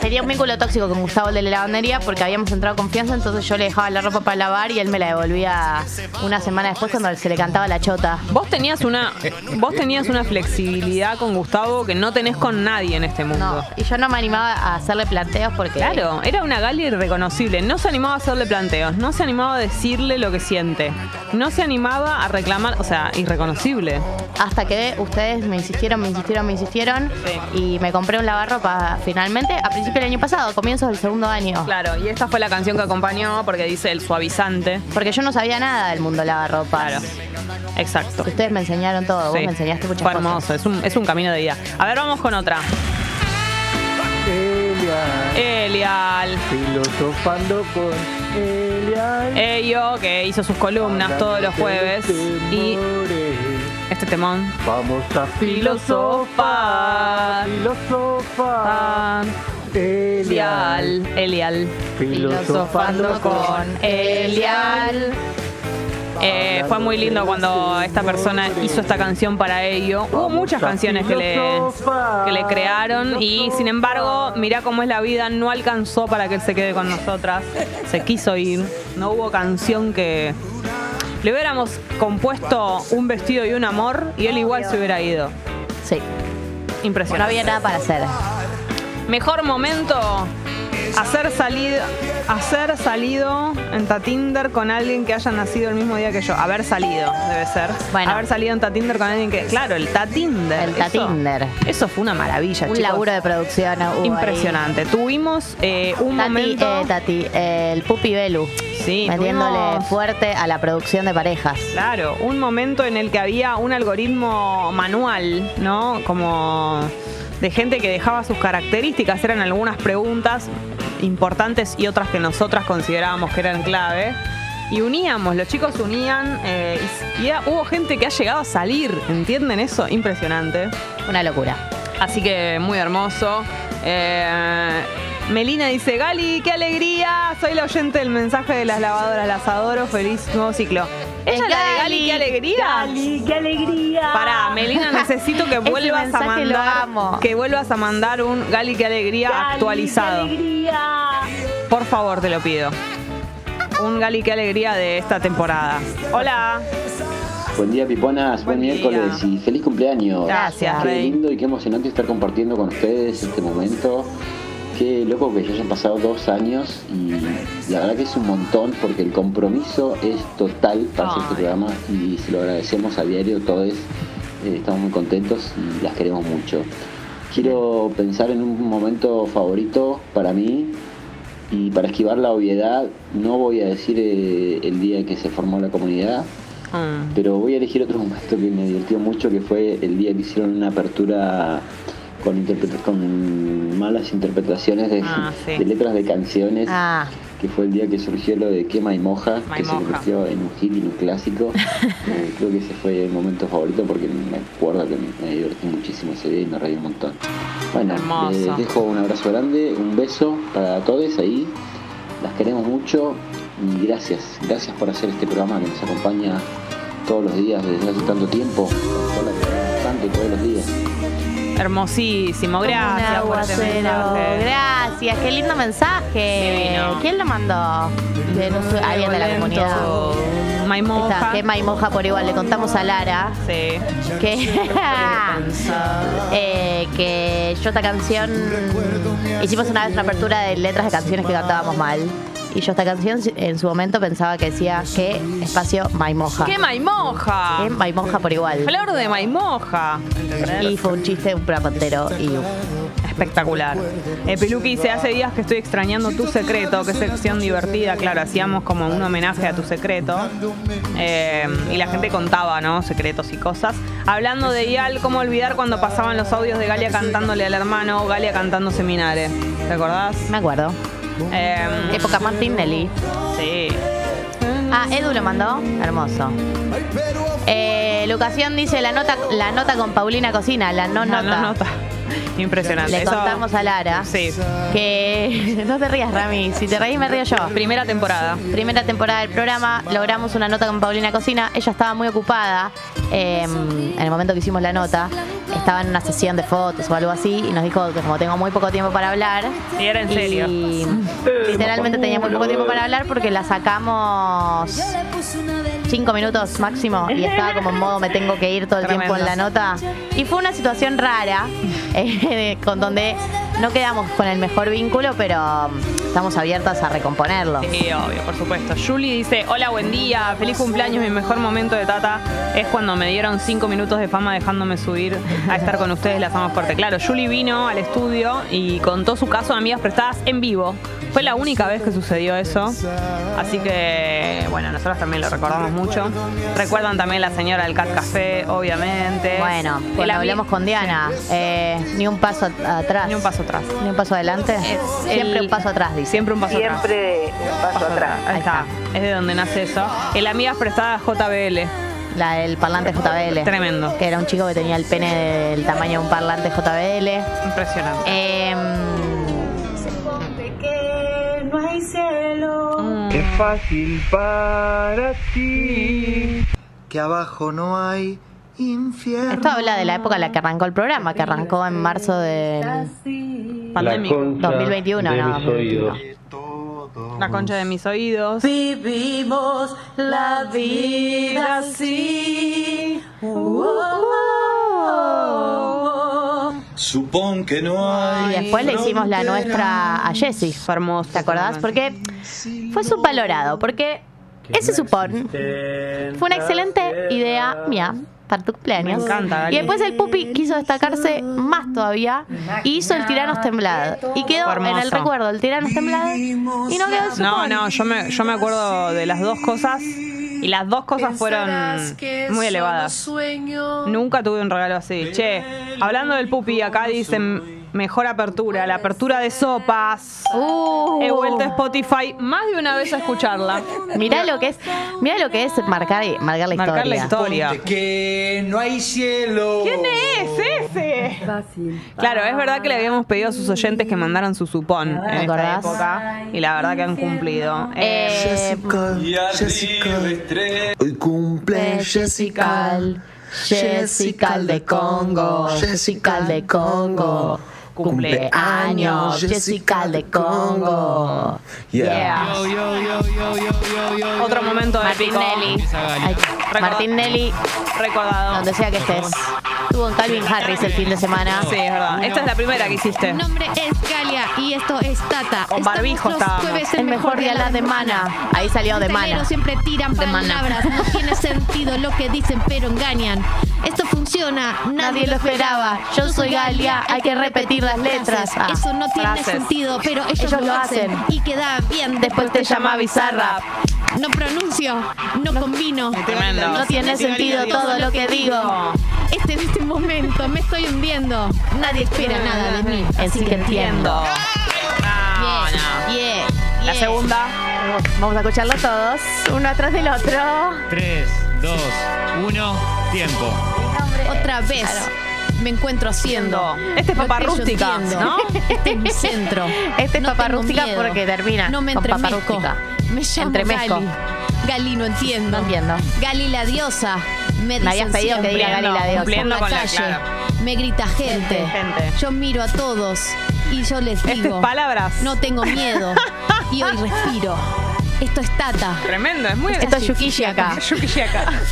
B: tenía un vínculo tóxico con Gustavo el de la lavandería porque habíamos entrado confianza, entonces yo le dejaba la ropa para lavar y él me la devolvía una semana después cuando se le cantaba la chota.
A: Vos tenías una, vos tenías una flexibilidad con Gustavo que no tenés con nadie en este mundo.
B: No, y yo no me animaba a hacerle planteos porque.
A: Claro, era una Gali irreconocible. No se animaba a hacerle planteos, no se animaba a decirle lo que siente, no se animaba a reclamar, o sea, irreconocible.
B: Hasta que ustedes me insistieron, me insistieron, me insistieron y me compré un lavarropa finalmente a principio del año pasado, comienzos del segundo año.
A: Claro, y esta fue la canción que acompañó porque dice el suavizante.
B: Porque yo no sabía nada del mundo lavarropa.
A: Claro, exacto.
B: Ustedes me enseñaron todo, vos
A: Sí.
B: me enseñaste muchas
A: Fue
B: cosas.
A: hermoso, es un, es un camino de vida. A ver, vamos con otra.
I: Elian,
A: Elial,
I: filosofando con Elian.
A: Elio, que hizo sus columnas Eh, todos los jueves. Y este temón.
I: vamos a filosofar, filosofar.
A: Ah,
I: Elian,
A: Elial, Elial.
I: filosofando con
B: Elial.
A: Eh, fue muy lindo cuando esta persona hizo esta canción para ello. Hubo muchas canciones que le, que le crearon y sin embargo, mirá cómo es la vida, no alcanzó para que él se quede con nosotras. Se quiso ir, no hubo canción que... Le hubiéramos compuesto un vestido y un amor y él igual se hubiera ido.
B: Sí. No
A: Impresionante.
B: había nada para hacer.
A: Mejor momento hacer salido hacer salido en Tatinder con alguien que haya nacido el mismo día que yo. Haber salido, debe ser.
B: Bueno.
A: Haber salido en Tatinder con alguien que. Claro, el Tatinder.
B: El
A: eso-
B: Tatinder.
A: Eso, fue una maravilla,
B: Un
A: chicos.
B: laburo de producción. hubo ahí.
A: Impresionante. Tuvimos eh, un
B: Tati,
A: momento.
B: eh, Tati, eh, el Pupi Belu.
A: Sí,
B: metiéndole
A: tuvimos-
B: fuerte a la producción de parejas.
A: Claro, un momento en el que había un algoritmo manual, ¿no? Como de gente que dejaba sus características, eran algunas preguntas importantes y otras que nosotras considerábamos que eran clave. Y uníamos, los chicos unían eh, y, y era- hubo gente que ha llegado a salir, ¿entienden eso? Impresionante.
B: Una locura.
A: Así que muy hermoso. Eh, Melina dice, Gali, qué alegría. Soy la oyente del mensaje de las lavadoras, las adoro, feliz nuevo ciclo.
B: Es
A: Ella es la de Gali,
B: Gali,
A: qué alegría.
I: qué alegría.
A: Pará, Melina, necesito que
B: Ese
A: vuelvas a
B: mensaje lo
A: mandar.
B: amo.
A: Que vuelvas a mandar un Gali, qué alegría actualizado. Por favor, te lo pido. Un Gali, qué alegría de esta temporada. Hola.
H: Buen día, Piponas.
A: Buen
H: Buen,
A: día.
H: miércoles y feliz cumpleaños.
A: Gracias,
H: Qué
A: Rey.
H: lindo y qué emocionante estar compartiendo con ustedes este momento. Qué loco que ya hayan pasado dos años y la verdad que es un montón porque el compromiso es total para hacer este
A: Ay.
H: programa y se lo agradecemos a diario todos. Eh, estamos muy contentos y las queremos mucho. Quiero pensar en un momento favorito para mí y para esquivar la obviedad no voy a decir eh, el día en que se formó la comunidad,
A: Mm.
H: pero voy a elegir otro momento que me divirtió mucho, que fue el día que hicieron una apertura con, interpreta- con malas interpretaciones de,
A: Ah, sí.
H: de letras de canciones,
B: Ah,
H: que fue el día que surgió lo de Quema y Moja, que se
A: Maimoja.
H: convirtió en un hit y en un clásico. Eh, creo que ese fue el momento favorito porque me acuerdo que me, me divertí muchísimo ese día y me reí un montón. Bueno,
A: Hermoso.
H: les dejo un abrazo grande, un beso para todos ahí. Las queremos mucho y gracias, gracias por hacer este programa que nos acompaña todos los días desde hace tanto tiempo, con la que queremos tanto todos los días.
A: Hermosísimo.
B: un
A: Gracias por este
B: aguacero.
A: mensaje.
B: Gracias, qué lindo mensaje.
A: Divino.
B: ¿Quién lo mandó? De no sé, alguien de la comunidad.
A: Maimoja.
B: Está, quema y moja por igual. Le contamos a Lara
A: Sí.
B: que, eh, que yo esta canción hicimos una vez una apertura de letras de canciones que cantábamos mal. Y yo esta canción en su momento pensaba que decía que espacio maimoja.
A: ¡Qué maimoja!
B: Que maimoja por igual.
A: Flor de maimoja.
B: Y fue un chiste, un plapantero y
A: Espectacular. Eh, Peluqui dice, hace días que estoy extrañando tu secreto, qué sección divertida, claro, hacíamos como un homenaje a tu secreto. Eh, y la gente contaba, ¿no? Secretos y cosas. Hablando de Ial, ¿cómo olvidar cuando pasaban los audios de Galia cantándole al hermano o Galia cantando seminares? ¿Te acordás?
B: me acuerdo.
A: Eh,
B: Época Martinelli.
A: sí.
B: Ah, Edu lo mandó. Hermoso. Eh, Lucación dice la nota, la nota con Paulina Cocina, la no
A: No,
B: nota.
A: no, nota. Impresionante.
B: Le
A: Eso-
B: contamos a Lara
A: Sí.
B: que no te rías, Rami. Si te reís, me río yo.
A: Primera temporada.
B: Primera temporada del programa, logramos una nota con Paulina Cocina. Ella estaba muy ocupada eh, en el momento que hicimos la nota. Estaba en una sesión de fotos o algo así y nos dijo que como tengo muy poco tiempo para hablar.
A: Y era en
B: y
A: serio.
B: Literalmente tenía muy poco tiempo para hablar porque la sacamos cinco minutos máximo y estaba como en modo me tengo que ir todo el
A: Tremendo.
B: tiempo en la nota. Y fue una situación rara, eh, con donde no quedamos con el mejor vínculo, pero um, estamos abiertas a recomponerlo.
A: Sí, obvio, por supuesto. Julie dice, hola, buen día, feliz cumpleaños, mi mejor momento de Tata es cuando me dieron cinco minutos de fama dejándome subir a estar con ustedes, las amas fuerte. Claro, Julie vino al estudio y contó su caso de amigas prestadas en vivo. Fue la única vez que sucedió eso. Así que, bueno, nosotros también lo recordamos mucho. Recuerdan también la señora del Cat Café, obviamente.
B: Bueno,
A: El
B: cuando
A: ami-
B: hablamos con Diana, eh, ni un paso at- atrás.
A: Ni un paso atrás.
B: Ni un paso adelante.
A: Es
B: Siempre
A: el-
B: un paso atrás, dice.
A: Siempre un paso atrás.
I: paso atrás.
A: Ahí está. Es de donde nace eso. El Amigas Prestadas JBL.
B: La del parlante JBL.
A: Tremendo.
B: Que era un chico que tenía el pene del tamaño de un parlante JBL.
A: Impresionante.
B: Em,
A: Mm.
E: fácil para ti. Que abajo no hay infierno.
B: Esto habla de la época en la que arrancó el programa, que arrancó en marzo del pandémico. 2021, no, 2021.
A: La concha de mis oídos.
J: Vivimos la vida así.
K: Supón que no
B: Y
K: hay.
B: después le hicimos la
K: frontera.
B: nuestra a Jessy.
A: Hermoso.
B: ¿Te acordás? Porque fue subvalorado, porque ese supón fue una excelente idea mía para tu cumpleaños.
A: Me encanta, Gali.
B: Y después el pupi quiso destacarse más todavía y hizo el tiranos temblado. Y quedó
A: Fue hermoso.
B: en el recuerdo el tiranos temblado y no quedó el supón.
A: No, no, yo me, yo me acuerdo de las dos cosas y las dos cosas fueron muy elevadas. Nunca tuve un regalo así. Che, hablando del pupi, acá dicen mejor apertura, la apertura de sopas.
B: Uh.
A: He vuelto a Spotify más de una vez a escucharla.
B: Mirá lo que es, mirá lo que es marcar, marcar la
A: Marcar la
B: historia.
A: historia.
K: Que no hay cielo.
A: ¿Quién es ese? Claro, es verdad que le habíamos pedido a sus oyentes que mandaran su supón en
B: ¿Te
A: esta
B: acordás?
A: época y la verdad que han cumplido. Eh,
B: Eh,
K: Y arriba estrella.
E: Hoy cumple
B: Jessical, Jessical de Congo, Jessical de Congo, cumpleaños, Jessical de Congo. Yeah.
A: otro momento de
B: Eh, Martín Nelly. Ay, Martín Nelly,
A: Recordado.
B: donde sea que estés. Estuvo en Calvin Harris el fin de semana.
A: Sí, es verdad. Esta es la primera que hiciste.
L: Mi nombre es Galia y esto es Tata.
A: Con barbijo
L: Estamos
A: estábamos.
L: los jueves
B: El mejor día la de Mana. Ahí salió de Mana.
L: Teleros siempre tiran
B: De Maná.
L: palabras. No tiene sentido lo que dicen, pero engañan. Esto funciona, nadie,
B: Nadie lo esperaba. Yo soy Galia, hay que repetir las letras. Ah,
L: Eso no tiene
A: frases.
L: sentido, pero ellos, lo hacen. Y queda bien.
B: Después te llama Bizarra.
L: No pronuncio, no, combino.
A: Tremendo.
B: No tiene sentido todo lo que digo.
L: Este es este momento, me estoy hundiendo. Nadie espera nada de mí.
B: Así que entiendo.
L: Ah,
A: No, Ah, no.
L: Yeah,
A: La
L: yeah.
A: segunda.
B: Vamos a escucharlo todos, uno atrás del otro.
M: 3, 2, 1, tiempo.
L: Otra vez me encuentro haciendo.
A: Entiendo. Este es
L: lo
A: Papá
L: que yo
A: Rústica,
L: entiendo.
A: ¿no?
L: Este es mi centro.
B: Este es
L: No
B: papá
L: tengo
B: rústica
L: miedo.
B: porque termina.
L: No me
B: con papá
L: entremezco.
B: rústica.
L: Me llamo
B: Entremezco.
L: Gali. Gali, no entiendo.
B: No entiendo.
L: Gali la diosa. Me, dicen
B: habías pedido que diga
L: siempre.
B: Gali la diosa.
L: Por
A: Cumpliendo con la clara.
L: Me grita gente.
A: Gente.
L: Yo miro a todos y yo les
A: Este es
L: digo.
A: palabras.
L: no tengo miedo. y hoy respiro. Esto es Tata.
A: Tremendo, es muy
B: Esto es Yukishi acá.
A: Yuki acá.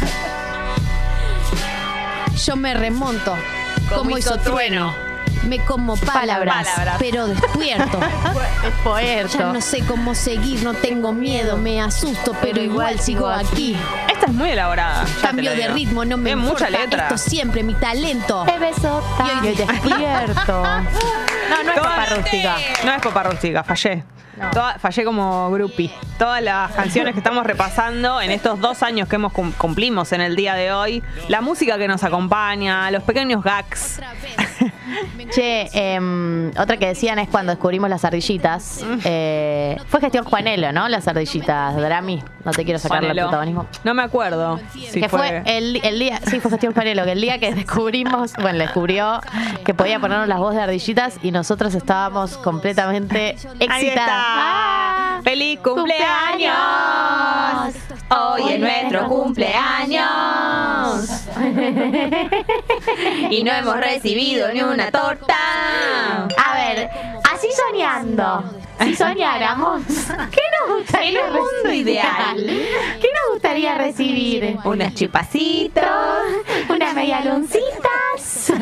L: Yo me remonto, como hizo trueno. Me como palabras,
A: Palabras.
L: pero despierto.
B: Es
L: ya
B: puerto.
L: no sé cómo seguir, no tengo miedo, me asusto, pero igual sigo aquí.
A: Esta es muy elaborada. ya te
L: Cambio
A: lo
L: de
A: digo.
L: ritmo, no me
A: Tiene
L: importa.
A: mucha letra.
L: Esto es siempre mi talento.
B: Te beso
L: Y hoy
B: despierto. No, no es
A: Todas-
B: papá rústica.
A: No es Copa Rústica, fallé. Toda- fallé como grupi. Todas las canciones que estamos repasando en estos dos años que hemos cum- cumplimos en el día de hoy, la música que nos acompaña, los pequeños gags.
L: Otra vez. Me
B: Che, em, otra que decían es cuando descubrimos las ardillitas. Eh, fue gestión Juanelo, ¿no? Las ardillitas. Drami, no te quiero sacar el
A: Ponelo.
B: protagonismo.
A: No me acuerdo. si
B: que fue, el, el día, sí, fue gestión Juanelo, que el día que descubrimos, bueno, descubrió que podía ponernos las voz de ardillitas y nosotros estábamos completamente
A: Ahí está.
B: excitadas. ¡Ah!
A: ¡Feliz cumpleaños!
B: Hoy es nuestro cumpleaños.
J: Y no hemos recibido ni una torta.
B: A ver, así soñando, si soñáramos, ¿qué nos gustaría
J: En un mundo
B: recibir?
J: ideal.
B: ¿Qué nos gustaría recibir?
J: Unas chipacitos,
B: unas medialuncitas,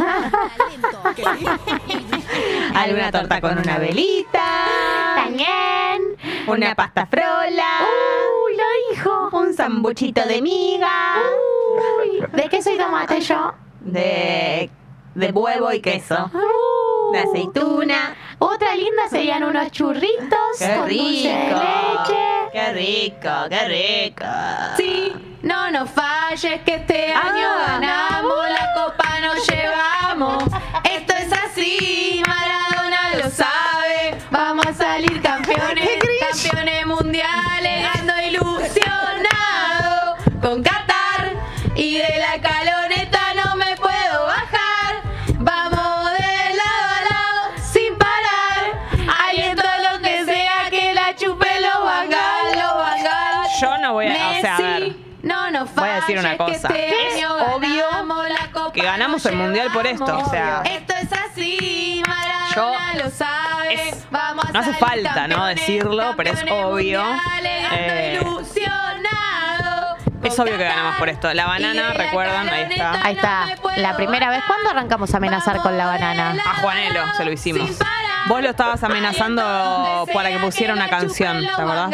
J: alguna torta con una velita,
B: también.
J: una pasta frola,
B: Uy, lo dijo.
J: un sambuchito de miga,
B: Uy, ¿de qué soy tomate yo?
J: Uh. de, de huevo y queso,
B: Uh.
J: de aceituna.
B: Otra linda serían unos churritos
J: ¡Qué
B: con dulce de
J: rico!
B: leche.
J: ¡Qué rico! ¡Qué rico!
B: Sí, no nos falles que este año
J: Ah.
B: ganamos, la copa nos llevamos. Esto es así, Maradona lo sabe. Vamos a salir campeones, campeones mundiales, ando ilusionado con Qatar. Y de la caloneta no me puedo bajar. Vamos de lado a lado sin parar. Aliento a lo que sea que la chupe los bangal, los bangal.
A: o sea, a ver.
L: No, no
A: Voy a decir una
L: falles,
A: cosa.
L: que este
A: Es
L: año
A: obvio
L: ganamos la copa,
A: que ganamos
L: nos
A: el mundial por
L: llevamos.
A: esto, o sea.
L: esto es así, Maradona lo sabe. Vamos a
A: No hace
L: salir
A: falta, ¿no?
L: campeones,
A: Decirlo, pero es
L: campeones
A: obvio.
L: mundiales, ando
A: Eh,
L: ilusionado.
A: es obvio que ganamos por esto. La banana, recuerdan, ahí está.
B: Ahí está. La primera vez, ¿cuándo arrancamos a amenazar con la banana?
A: A Juanelo se lo hicimos. Vos lo estabas amenazando para que pusiera una canción, ¿te acordás?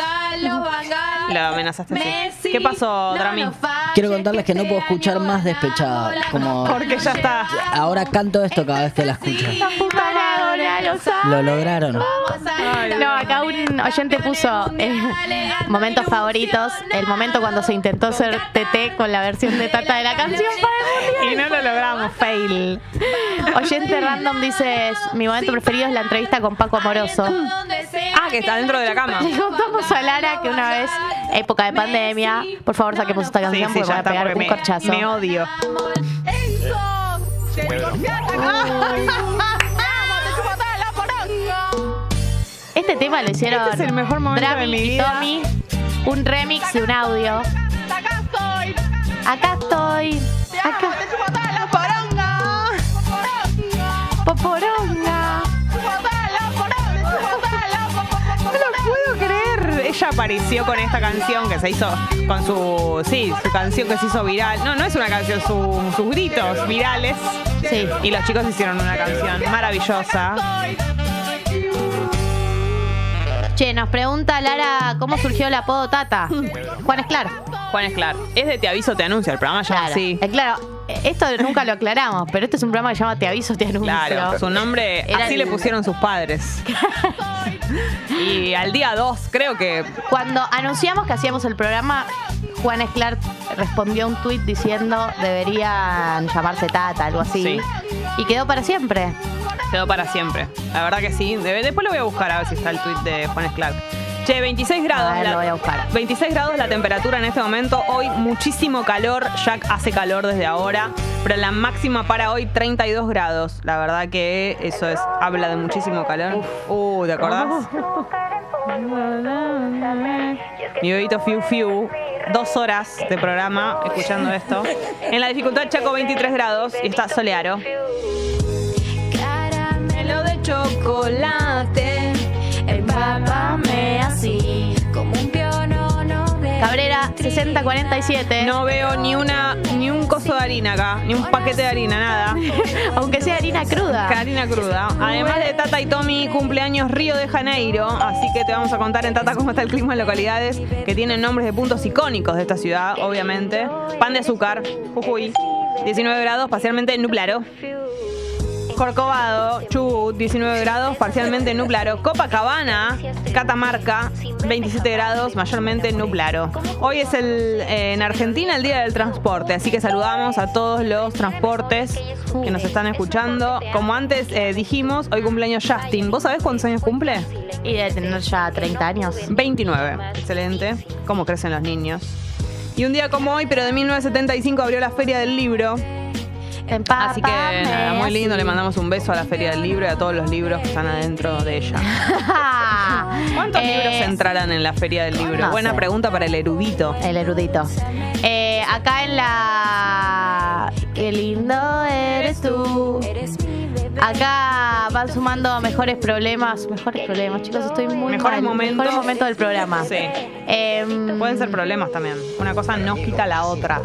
A: Lo amenazaste así. ¿Qué pasó, Drami?
D: Quiero contarles que no puedo escuchar más despechada. Como
A: Porque ya está.
D: Ahora canto esto cada vez que la escucho.
B: Maradona lo sabe.
D: Lo lograron.
B: No, acá un oyente puso eh, momentos favoritos. El momento cuando se intentó ser TT con la versión de Tata de la canción para el
A: Y no lo logramos, fail.
B: Oyente random dice: Mi momento preferido es la entrevista con Paco Amoroso.
A: Ah, que está dentro de la cama.
B: Le contamos a Lara que una vez, época de pandemia, por favor saquemos esta
A: Sí,
B: canción
A: sí,
B: porque voy
A: ya
B: a
A: está,
B: pegar
A: porque
B: un
A: me,
B: corchazo.
A: me odio.
B: Este tema lo hicieron
A: Este es el mejor momento
B: Drami
A: de mi
B: y
A: vida.
B: Tommy, un remix y un audio. Acá estoy. Acá Poporonga.
A: No lo puedo creer. Ella apareció con esta canción que se hizo con su. Sí, su canción que se hizo viral. No, no es una canción, su- sus gritos virales.
B: Sí.
A: Y los chicos hicieron una canción maravillosa.
B: Che, nos pregunta Lara cómo surgió el apodo Tata. Juan Esclar.
A: Juan Esclar, es de Te Aviso, Te Anuncia el programa, ya
B: Claro.
A: sí.
B: Eh, claro, eh, esto nunca lo aclaramos, pero este es un programa que se llama Te aviso, te anuncio.
A: Claro, su nombre,
B: Era
A: así le
B: el-
A: pusieron sus padres. y al día 2, creo que.
B: Cuando anunciamos que hacíamos el programa, Juan Esclar respondió un tuit diciendo deberían llamarse Tata, algo así.
A: Sí.
B: Y quedó para siempre.
A: Quedó para siempre. La verdad que sí. De- Después lo voy a buscar a ver si está el tweet de Juan Esclar. Che, 26 grados.
B: A ver,
A: la,
B: Ah, lo voy a buscar.
A: 26 grados la temperatura en este momento. Hoy muchísimo calor. Jack hace calor desde ahora. Pero la máxima para hoy 32 grados. La verdad que eso es habla de muchísimo calor. Uh, ¿te acordás? Mi bebito Fiu Fiu. Dos horas de programa escuchando esto. En la dificultad Chaco 23 grados y está solearo.
J: Caramelo de chocolate, empápame así, como un pionono de
B: Cabrera 6047.
A: No veo ni una, ni un coso de harina acá, ni un paquete de harina, nada.
B: Aunque sea harina cruda.
A: Harina cruda. Además de Tata y Tommy, cumpleaños Río de Janeiro. Así que te vamos a contar en Tata cómo está el clima en localidades que tienen nombres de puntos icónicos de esta ciudad, obviamente. Pan de azúcar, Jujuy, 19 grados, parcialmente nublado. Corcovado, Chubut, 19 grados, parcialmente nublado. Copacabana, Catamarca, 27 grados, mayormente nublado. Hoy es el, eh, en Argentina el Día del Transporte, así que saludamos a todos los transportes que nos están escuchando. Como antes eh, dijimos, hoy cumpleaños Justin. ¿Vos sabés cuántos años cumple?
B: Y de tener ya 30 años.
A: 29. Excelente. ¿Cómo crecen los niños? Y un día como hoy, pero de 1975, abrió la Feria del Libro. Así que nada, muy lindo, le mandamos un beso a la Feria del Libro y a todos los libros que están adentro de ella. ¿Cuántos
B: Eh,
A: libros entrarán en la Feria del Libro?
B: no
A: Buena
B: sé.
A: pregunta para el erudito.
B: El erudito. Eh, acá en la. Qué lindo eres tú. Acá van sumando mejores problemas. Mejores problemas, chicos, estoy muy.
A: Mejores
B: mal.
A: momentos.
B: Mejores momentos del programa. Em,
A: Sí. Pueden ser problemas también. Una cosa no quita la otra.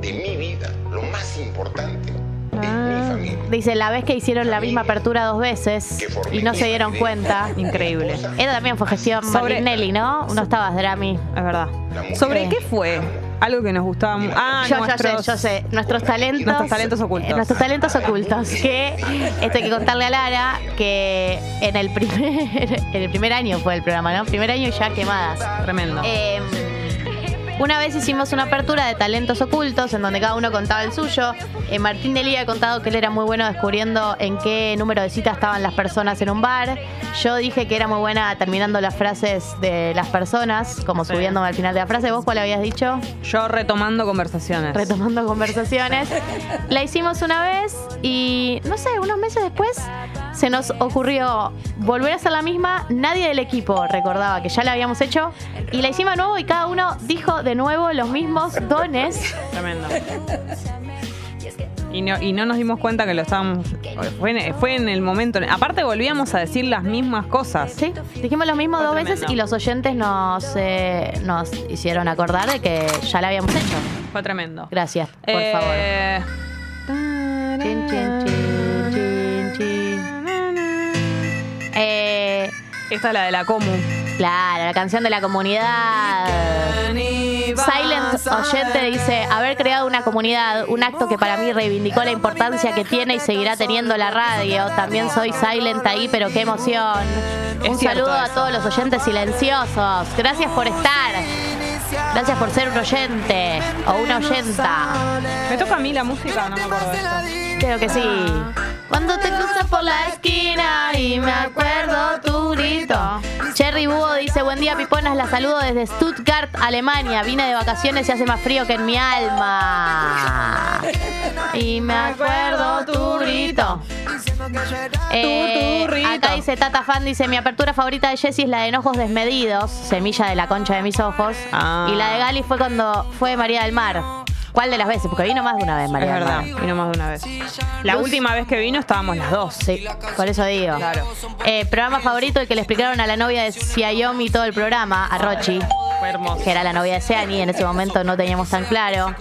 N: de mi vida, lo más importante.
B: Ah. Dice la vez que hicieron la misma apertura dos veces y no se dieron cuenta.
A: Increíble.
B: Ella también fue gestión
A: Sobre-
B: Martinelli, ¿no? No estabas, Drami.
A: Es verdad. ¿Sobre
B: Sí.
A: qué fue? Algo que nos gustaba mucho. Ah,
B: yo,
A: nuestros-
B: yo sé, yo sé. Nuestros talentos.
A: Nuestros talentos ocultos.
B: eh, nuestros talentos ocultos. Que esto hay que contarle a Lara que en el primer, en el primer año fue el programa, ¿no? Primer año y ya quemadas.
A: Tremendo.
B: Eh, una vez hicimos una apertura de talentos ocultos en donde cada uno contaba el suyo. Eh, Martín Delía ha contado que él era muy bueno descubriendo en qué número de cita estaban las personas en un bar. Yo dije que era muy buena terminando las frases de las personas, como
A: Sí.
B: subiéndome al final de la frase. ¿Vos cuál habías dicho?
A: Yo retomando conversaciones.
B: retomando conversaciones. La hicimos una vez y no sé, unos meses después se nos ocurrió volver a hacer la misma. Nadie del equipo recordaba que ya la habíamos hecho. Y la hicimos de nuevo y cada uno dijo de nuevo los mismos dones.
A: Tremendo. Y no, y no nos dimos cuenta que lo estábamos. Fue en, fue en el momento. Aparte, volvíamos a decir las mismas cosas.
B: Sí, dijimos lo mismo dos veces y los oyentes nos, eh, nos hicieron acordar de que ya la habíamos hecho.
A: Fue tremendo.
B: Gracias, por
A: Eh,
B: favor. Chin, chin, chin, chin, chin. Eh,
A: Esta es la de la Comu.
B: claro, la canción de la comunidad. Silent Oyente dice, haber creado una comunidad, un acto que para mí reivindicó la importancia que tiene y seguirá teniendo la radio. También soy Silent ahí, pero qué emoción.
A: Es
B: Un
A: cierto
B: saludo a
A: eso.
B: todos los oyentes silenciosos. Gracias por estar. Gracias por ser un oyente o una oyenta.
A: Me toca a mí la música, no me acuerdo de esto.
B: Creo que sí. Ah, Cuando te cruzas por la esquina y me acuerdo tu grito. Cherry Búho dice, buen día Piponas, la saludo desde Stuttgart, Alemania. Vine de vacaciones y hace más frío que en mi alma. Y me acuerdo tu grito. Eh, acá dice Tata Fan, dice, mi apertura favorita de Jessie es la de Enojos Desmedidos, Semilla de la Concha de mis Ojos. Y la de Gali fue cuando fue María del Mar. ¿Cuál de las veces? Porque vino más de una vez María
A: Es
B: del
A: verdad,
B: Mar.
A: vino más de una vez. La
B: Luz.
A: última vez que vino estábamos las dos.
B: Sí, por eso digo.
A: Claro.
B: Eh, programa favorito, el que le explicaron a la novia de Xiaomi todo el programa, a Rochi,
A: Fue hermoso.
B: que era la novia de Seani, en ese momento no teníamos tan claro.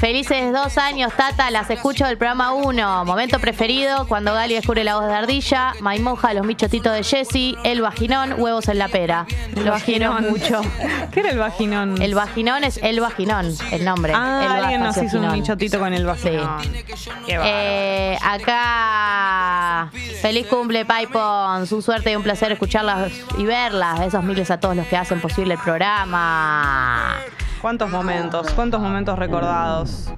B: Felices dos años, Tata, las escucho del programa 1. Momento preferido, cuando Gali descubre la voz de Ardilla, Maimoja, los michotitos de Jesse, el vaginón, huevos en la pera. Lo quiero mucho.
A: ¿Qué era el vaginón?
B: El vaginón es el vaginón, el nombre.
A: Ah,
B: Elba
A: alguien nos
B: espacio
A: hizo un
B: Ginón.
A: michotito con el vaginón. Qué bárbaro.
B: Eh, acá, feliz cumple, Pipons. Un suerte y un placer escucharlas y verlas. Esos miles a todos los que hacen posible el programa.
A: ¿Cuántos momentos? ¿Cuántos momentos recordados?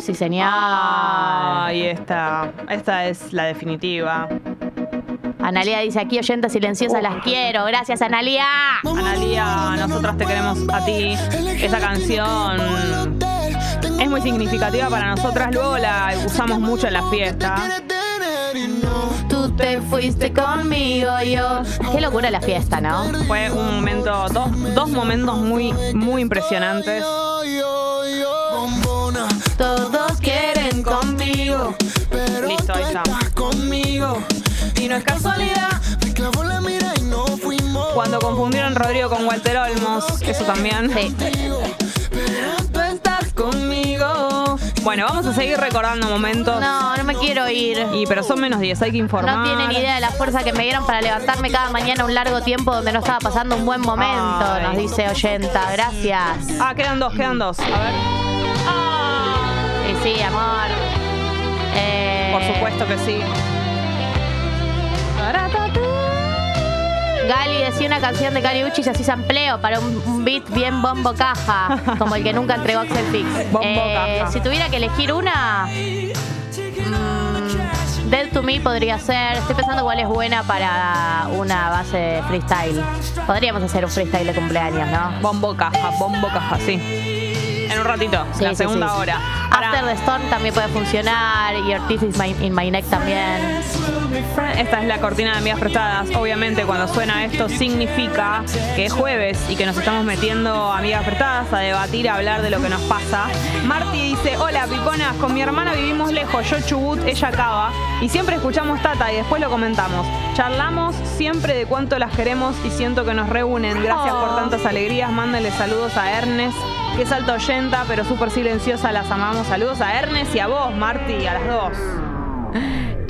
B: Sí, señor.
A: Ahí está. Esta es la definitiva.
B: Analia dice aquí, oyentas silenciosas, las quiero. Gracias, Analia.
A: Analia, nosotras te queremos a ti. Esa canción es muy significativa para nosotras. Luego la usamos mucho en la fiesta.
B: Tú te fuiste conmigo, yo. Qué locura la fiesta, ¿no?
A: Fue un momento, dos, dos momentos muy, muy impresionantes.
B: Todos quieren conmigo.
A: Listo, ahí está.
G: Conmigo.
A: Y no es casualidad. Cuando confundieron Rodrigo con Walter Olmos, eso también.
G: Tú estás conmigo.
A: Bueno, vamos a seguir recordando momentos.
B: No, no me quiero ir.
A: Y pero son menos 10, hay que informar.
B: No tienen idea de la fuerza que me dieron para levantarme cada mañana un largo tiempo donde no estaba pasando un buen momento,
A: Ay.
B: nos dice Oyenta. Gracias.
A: Ah, quedan dos, quedan dos. A ver.
B: Y sí, amor. Eh,
A: Por supuesto que sí.
B: Gali decía una canción de Cali Uchis así sampleo para un, un beat bien bombo caja, como el que nunca entregó Axel Fix.
A: Bombo
B: Eh,
A: caja.
B: Si tuviera que elegir una, mm, Dead to Me podría ser. Estoy pensando cuál es buena para una base de freestyle. Podríamos hacer un freestyle de cumpleaños, ¿no?
A: Bombo caja, bombo caja, sí. En un ratito,
B: Sí,
A: la
B: sí,
A: segunda
B: sí, sí.
A: hora.
B: After the Storm también puede funcionar y Ortiz is my- in my neck también.
A: Esta es la cortina de amigas prestadas. Obviamente, cuando suena esto, significa que es jueves y que nos estamos metiendo a amigas prestadas a debatir, a hablar de lo que nos pasa. Marti dice: Hola, piponas, con mi hermana vivimos lejos, yo Chubut, ella Cava, y siempre escuchamos Tata y después lo comentamos. Charlamos siempre de cuánto las queremos y siento que nos reúnen. Gracias por tantas alegrías. Mándenle saludos a Ernest. Que es alta oyenta, pero súper silenciosa, las amamos. Saludos a Ernest y a vos, Marti, a las dos.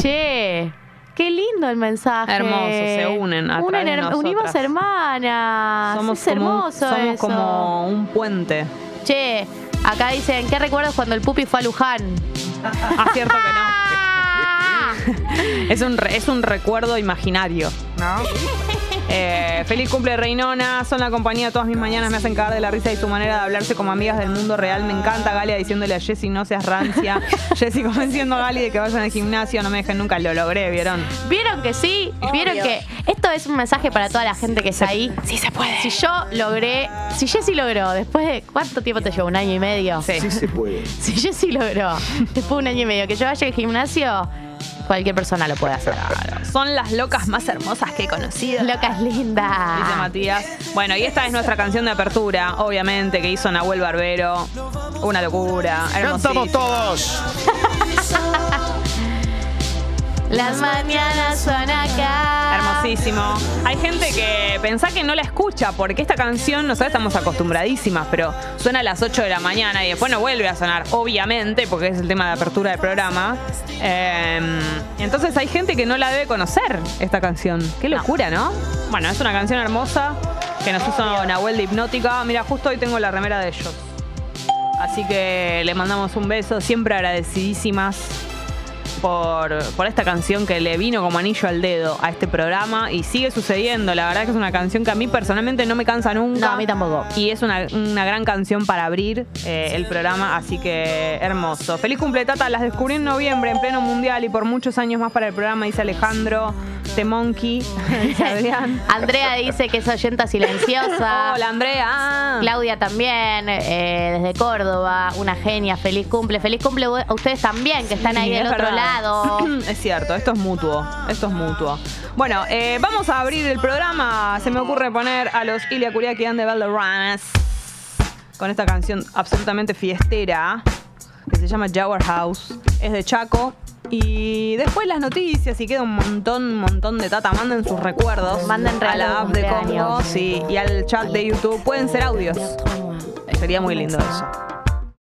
B: Che, qué lindo el mensaje.
A: Hermoso, se unen a través de
B: her-
A: nosotras.
B: Unimos hermanas. Ah, es
A: como un-
B: hermoso
A: somos
B: eso.
A: como un puente.
B: Che, acá dicen, ¿qué recuerdas cuando el pupi fue a Luján?
A: Ah, cierto que no. es, un re- es un recuerdo imaginario, ¿no? Eh, feliz cumple Reinona, son la compañía todas mis mañanas, me hacen cagar de la risa y su manera de hablarse como amigas del mundo real. Me encanta Galia diciéndole a Jessy no seas rancia. Jessy convenciendo a Gali de que vayan al gimnasio, no me dejen nunca, lo logré, ¿vieron?
B: Vieron que sí, vieron que esto es un mensaje para toda la gente que está ahí. Sí se puede. Si yo logré, si Jessy logró, después de cuánto tiempo te llevó, un año y medio.
A: Sí.
B: Si Jessy logró, después de un año y medio que yo vaya al gimnasio, Cualquier persona lo puede hacer.
A: Son las locas más hermosas que he conocido.
B: Locas lindas.
A: Dice Matías. Bueno, y esta es nuestra canción de apertura, obviamente, que hizo Nahuel Barbero. Una locura.
O: Cantamos
A: todos.
O: todos.
B: Las mañanas son acá.
A: Hermosísimo. Hay gente que pensá que no la escucha porque esta canción, nosotros estamos acostumbradísimas, pero suena a las 8 de la mañana y después no vuelve a sonar, obviamente, porque es el tema de apertura del programa. Eh, entonces hay gente que no la debe conocer, esta canción. Qué locura, ¿no? Bueno, es una canción hermosa que nos hizo Nahuel de Hipnótica. Mira, justo hoy tengo la remera de ellos. Así que le mandamos un beso, siempre agradecidísimas por, por esta canción que le vino como anillo al dedo a este programa y sigue sucediendo. La verdad que es una canción que a mí personalmente no me cansa nunca.
B: No, a mí tampoco.
A: Y es una, una gran canción para abrir eh, el programa, así que hermoso. Feliz cumple, Tata. Las descubrí en noviembre en pleno mundial y por muchos años más para el programa, dice Alejandro. The Monkey, dice Adrián.
B: Andrea dice que es oyenta silenciosa.
A: Hola, Andrea.
B: Claudia también, eh, desde Córdoba, una genia, feliz cumple, feliz cumple a ustedes también que están ahí
A: Sí,
B: del
A: es
B: otro
A: verdad.
B: lado.
A: Es cierto, esto es mutuo. Esto es mutuo. Bueno, eh, vamos a abrir el programa. Se me ocurre poner a los Ilia Kuriaki and the Valderramas con esta canción absolutamente fiestera que se llama Jaguar House. Es de Chaco. Y después las noticias y queda un montón, un montón de tata. Manden sus recuerdos.
B: Manden
A: a la app
B: regalos de
A: de
B: cumpleaños.
A: Congo sí, y al chat de YouTube. Pueden ser audios. Sería muy lindo eso.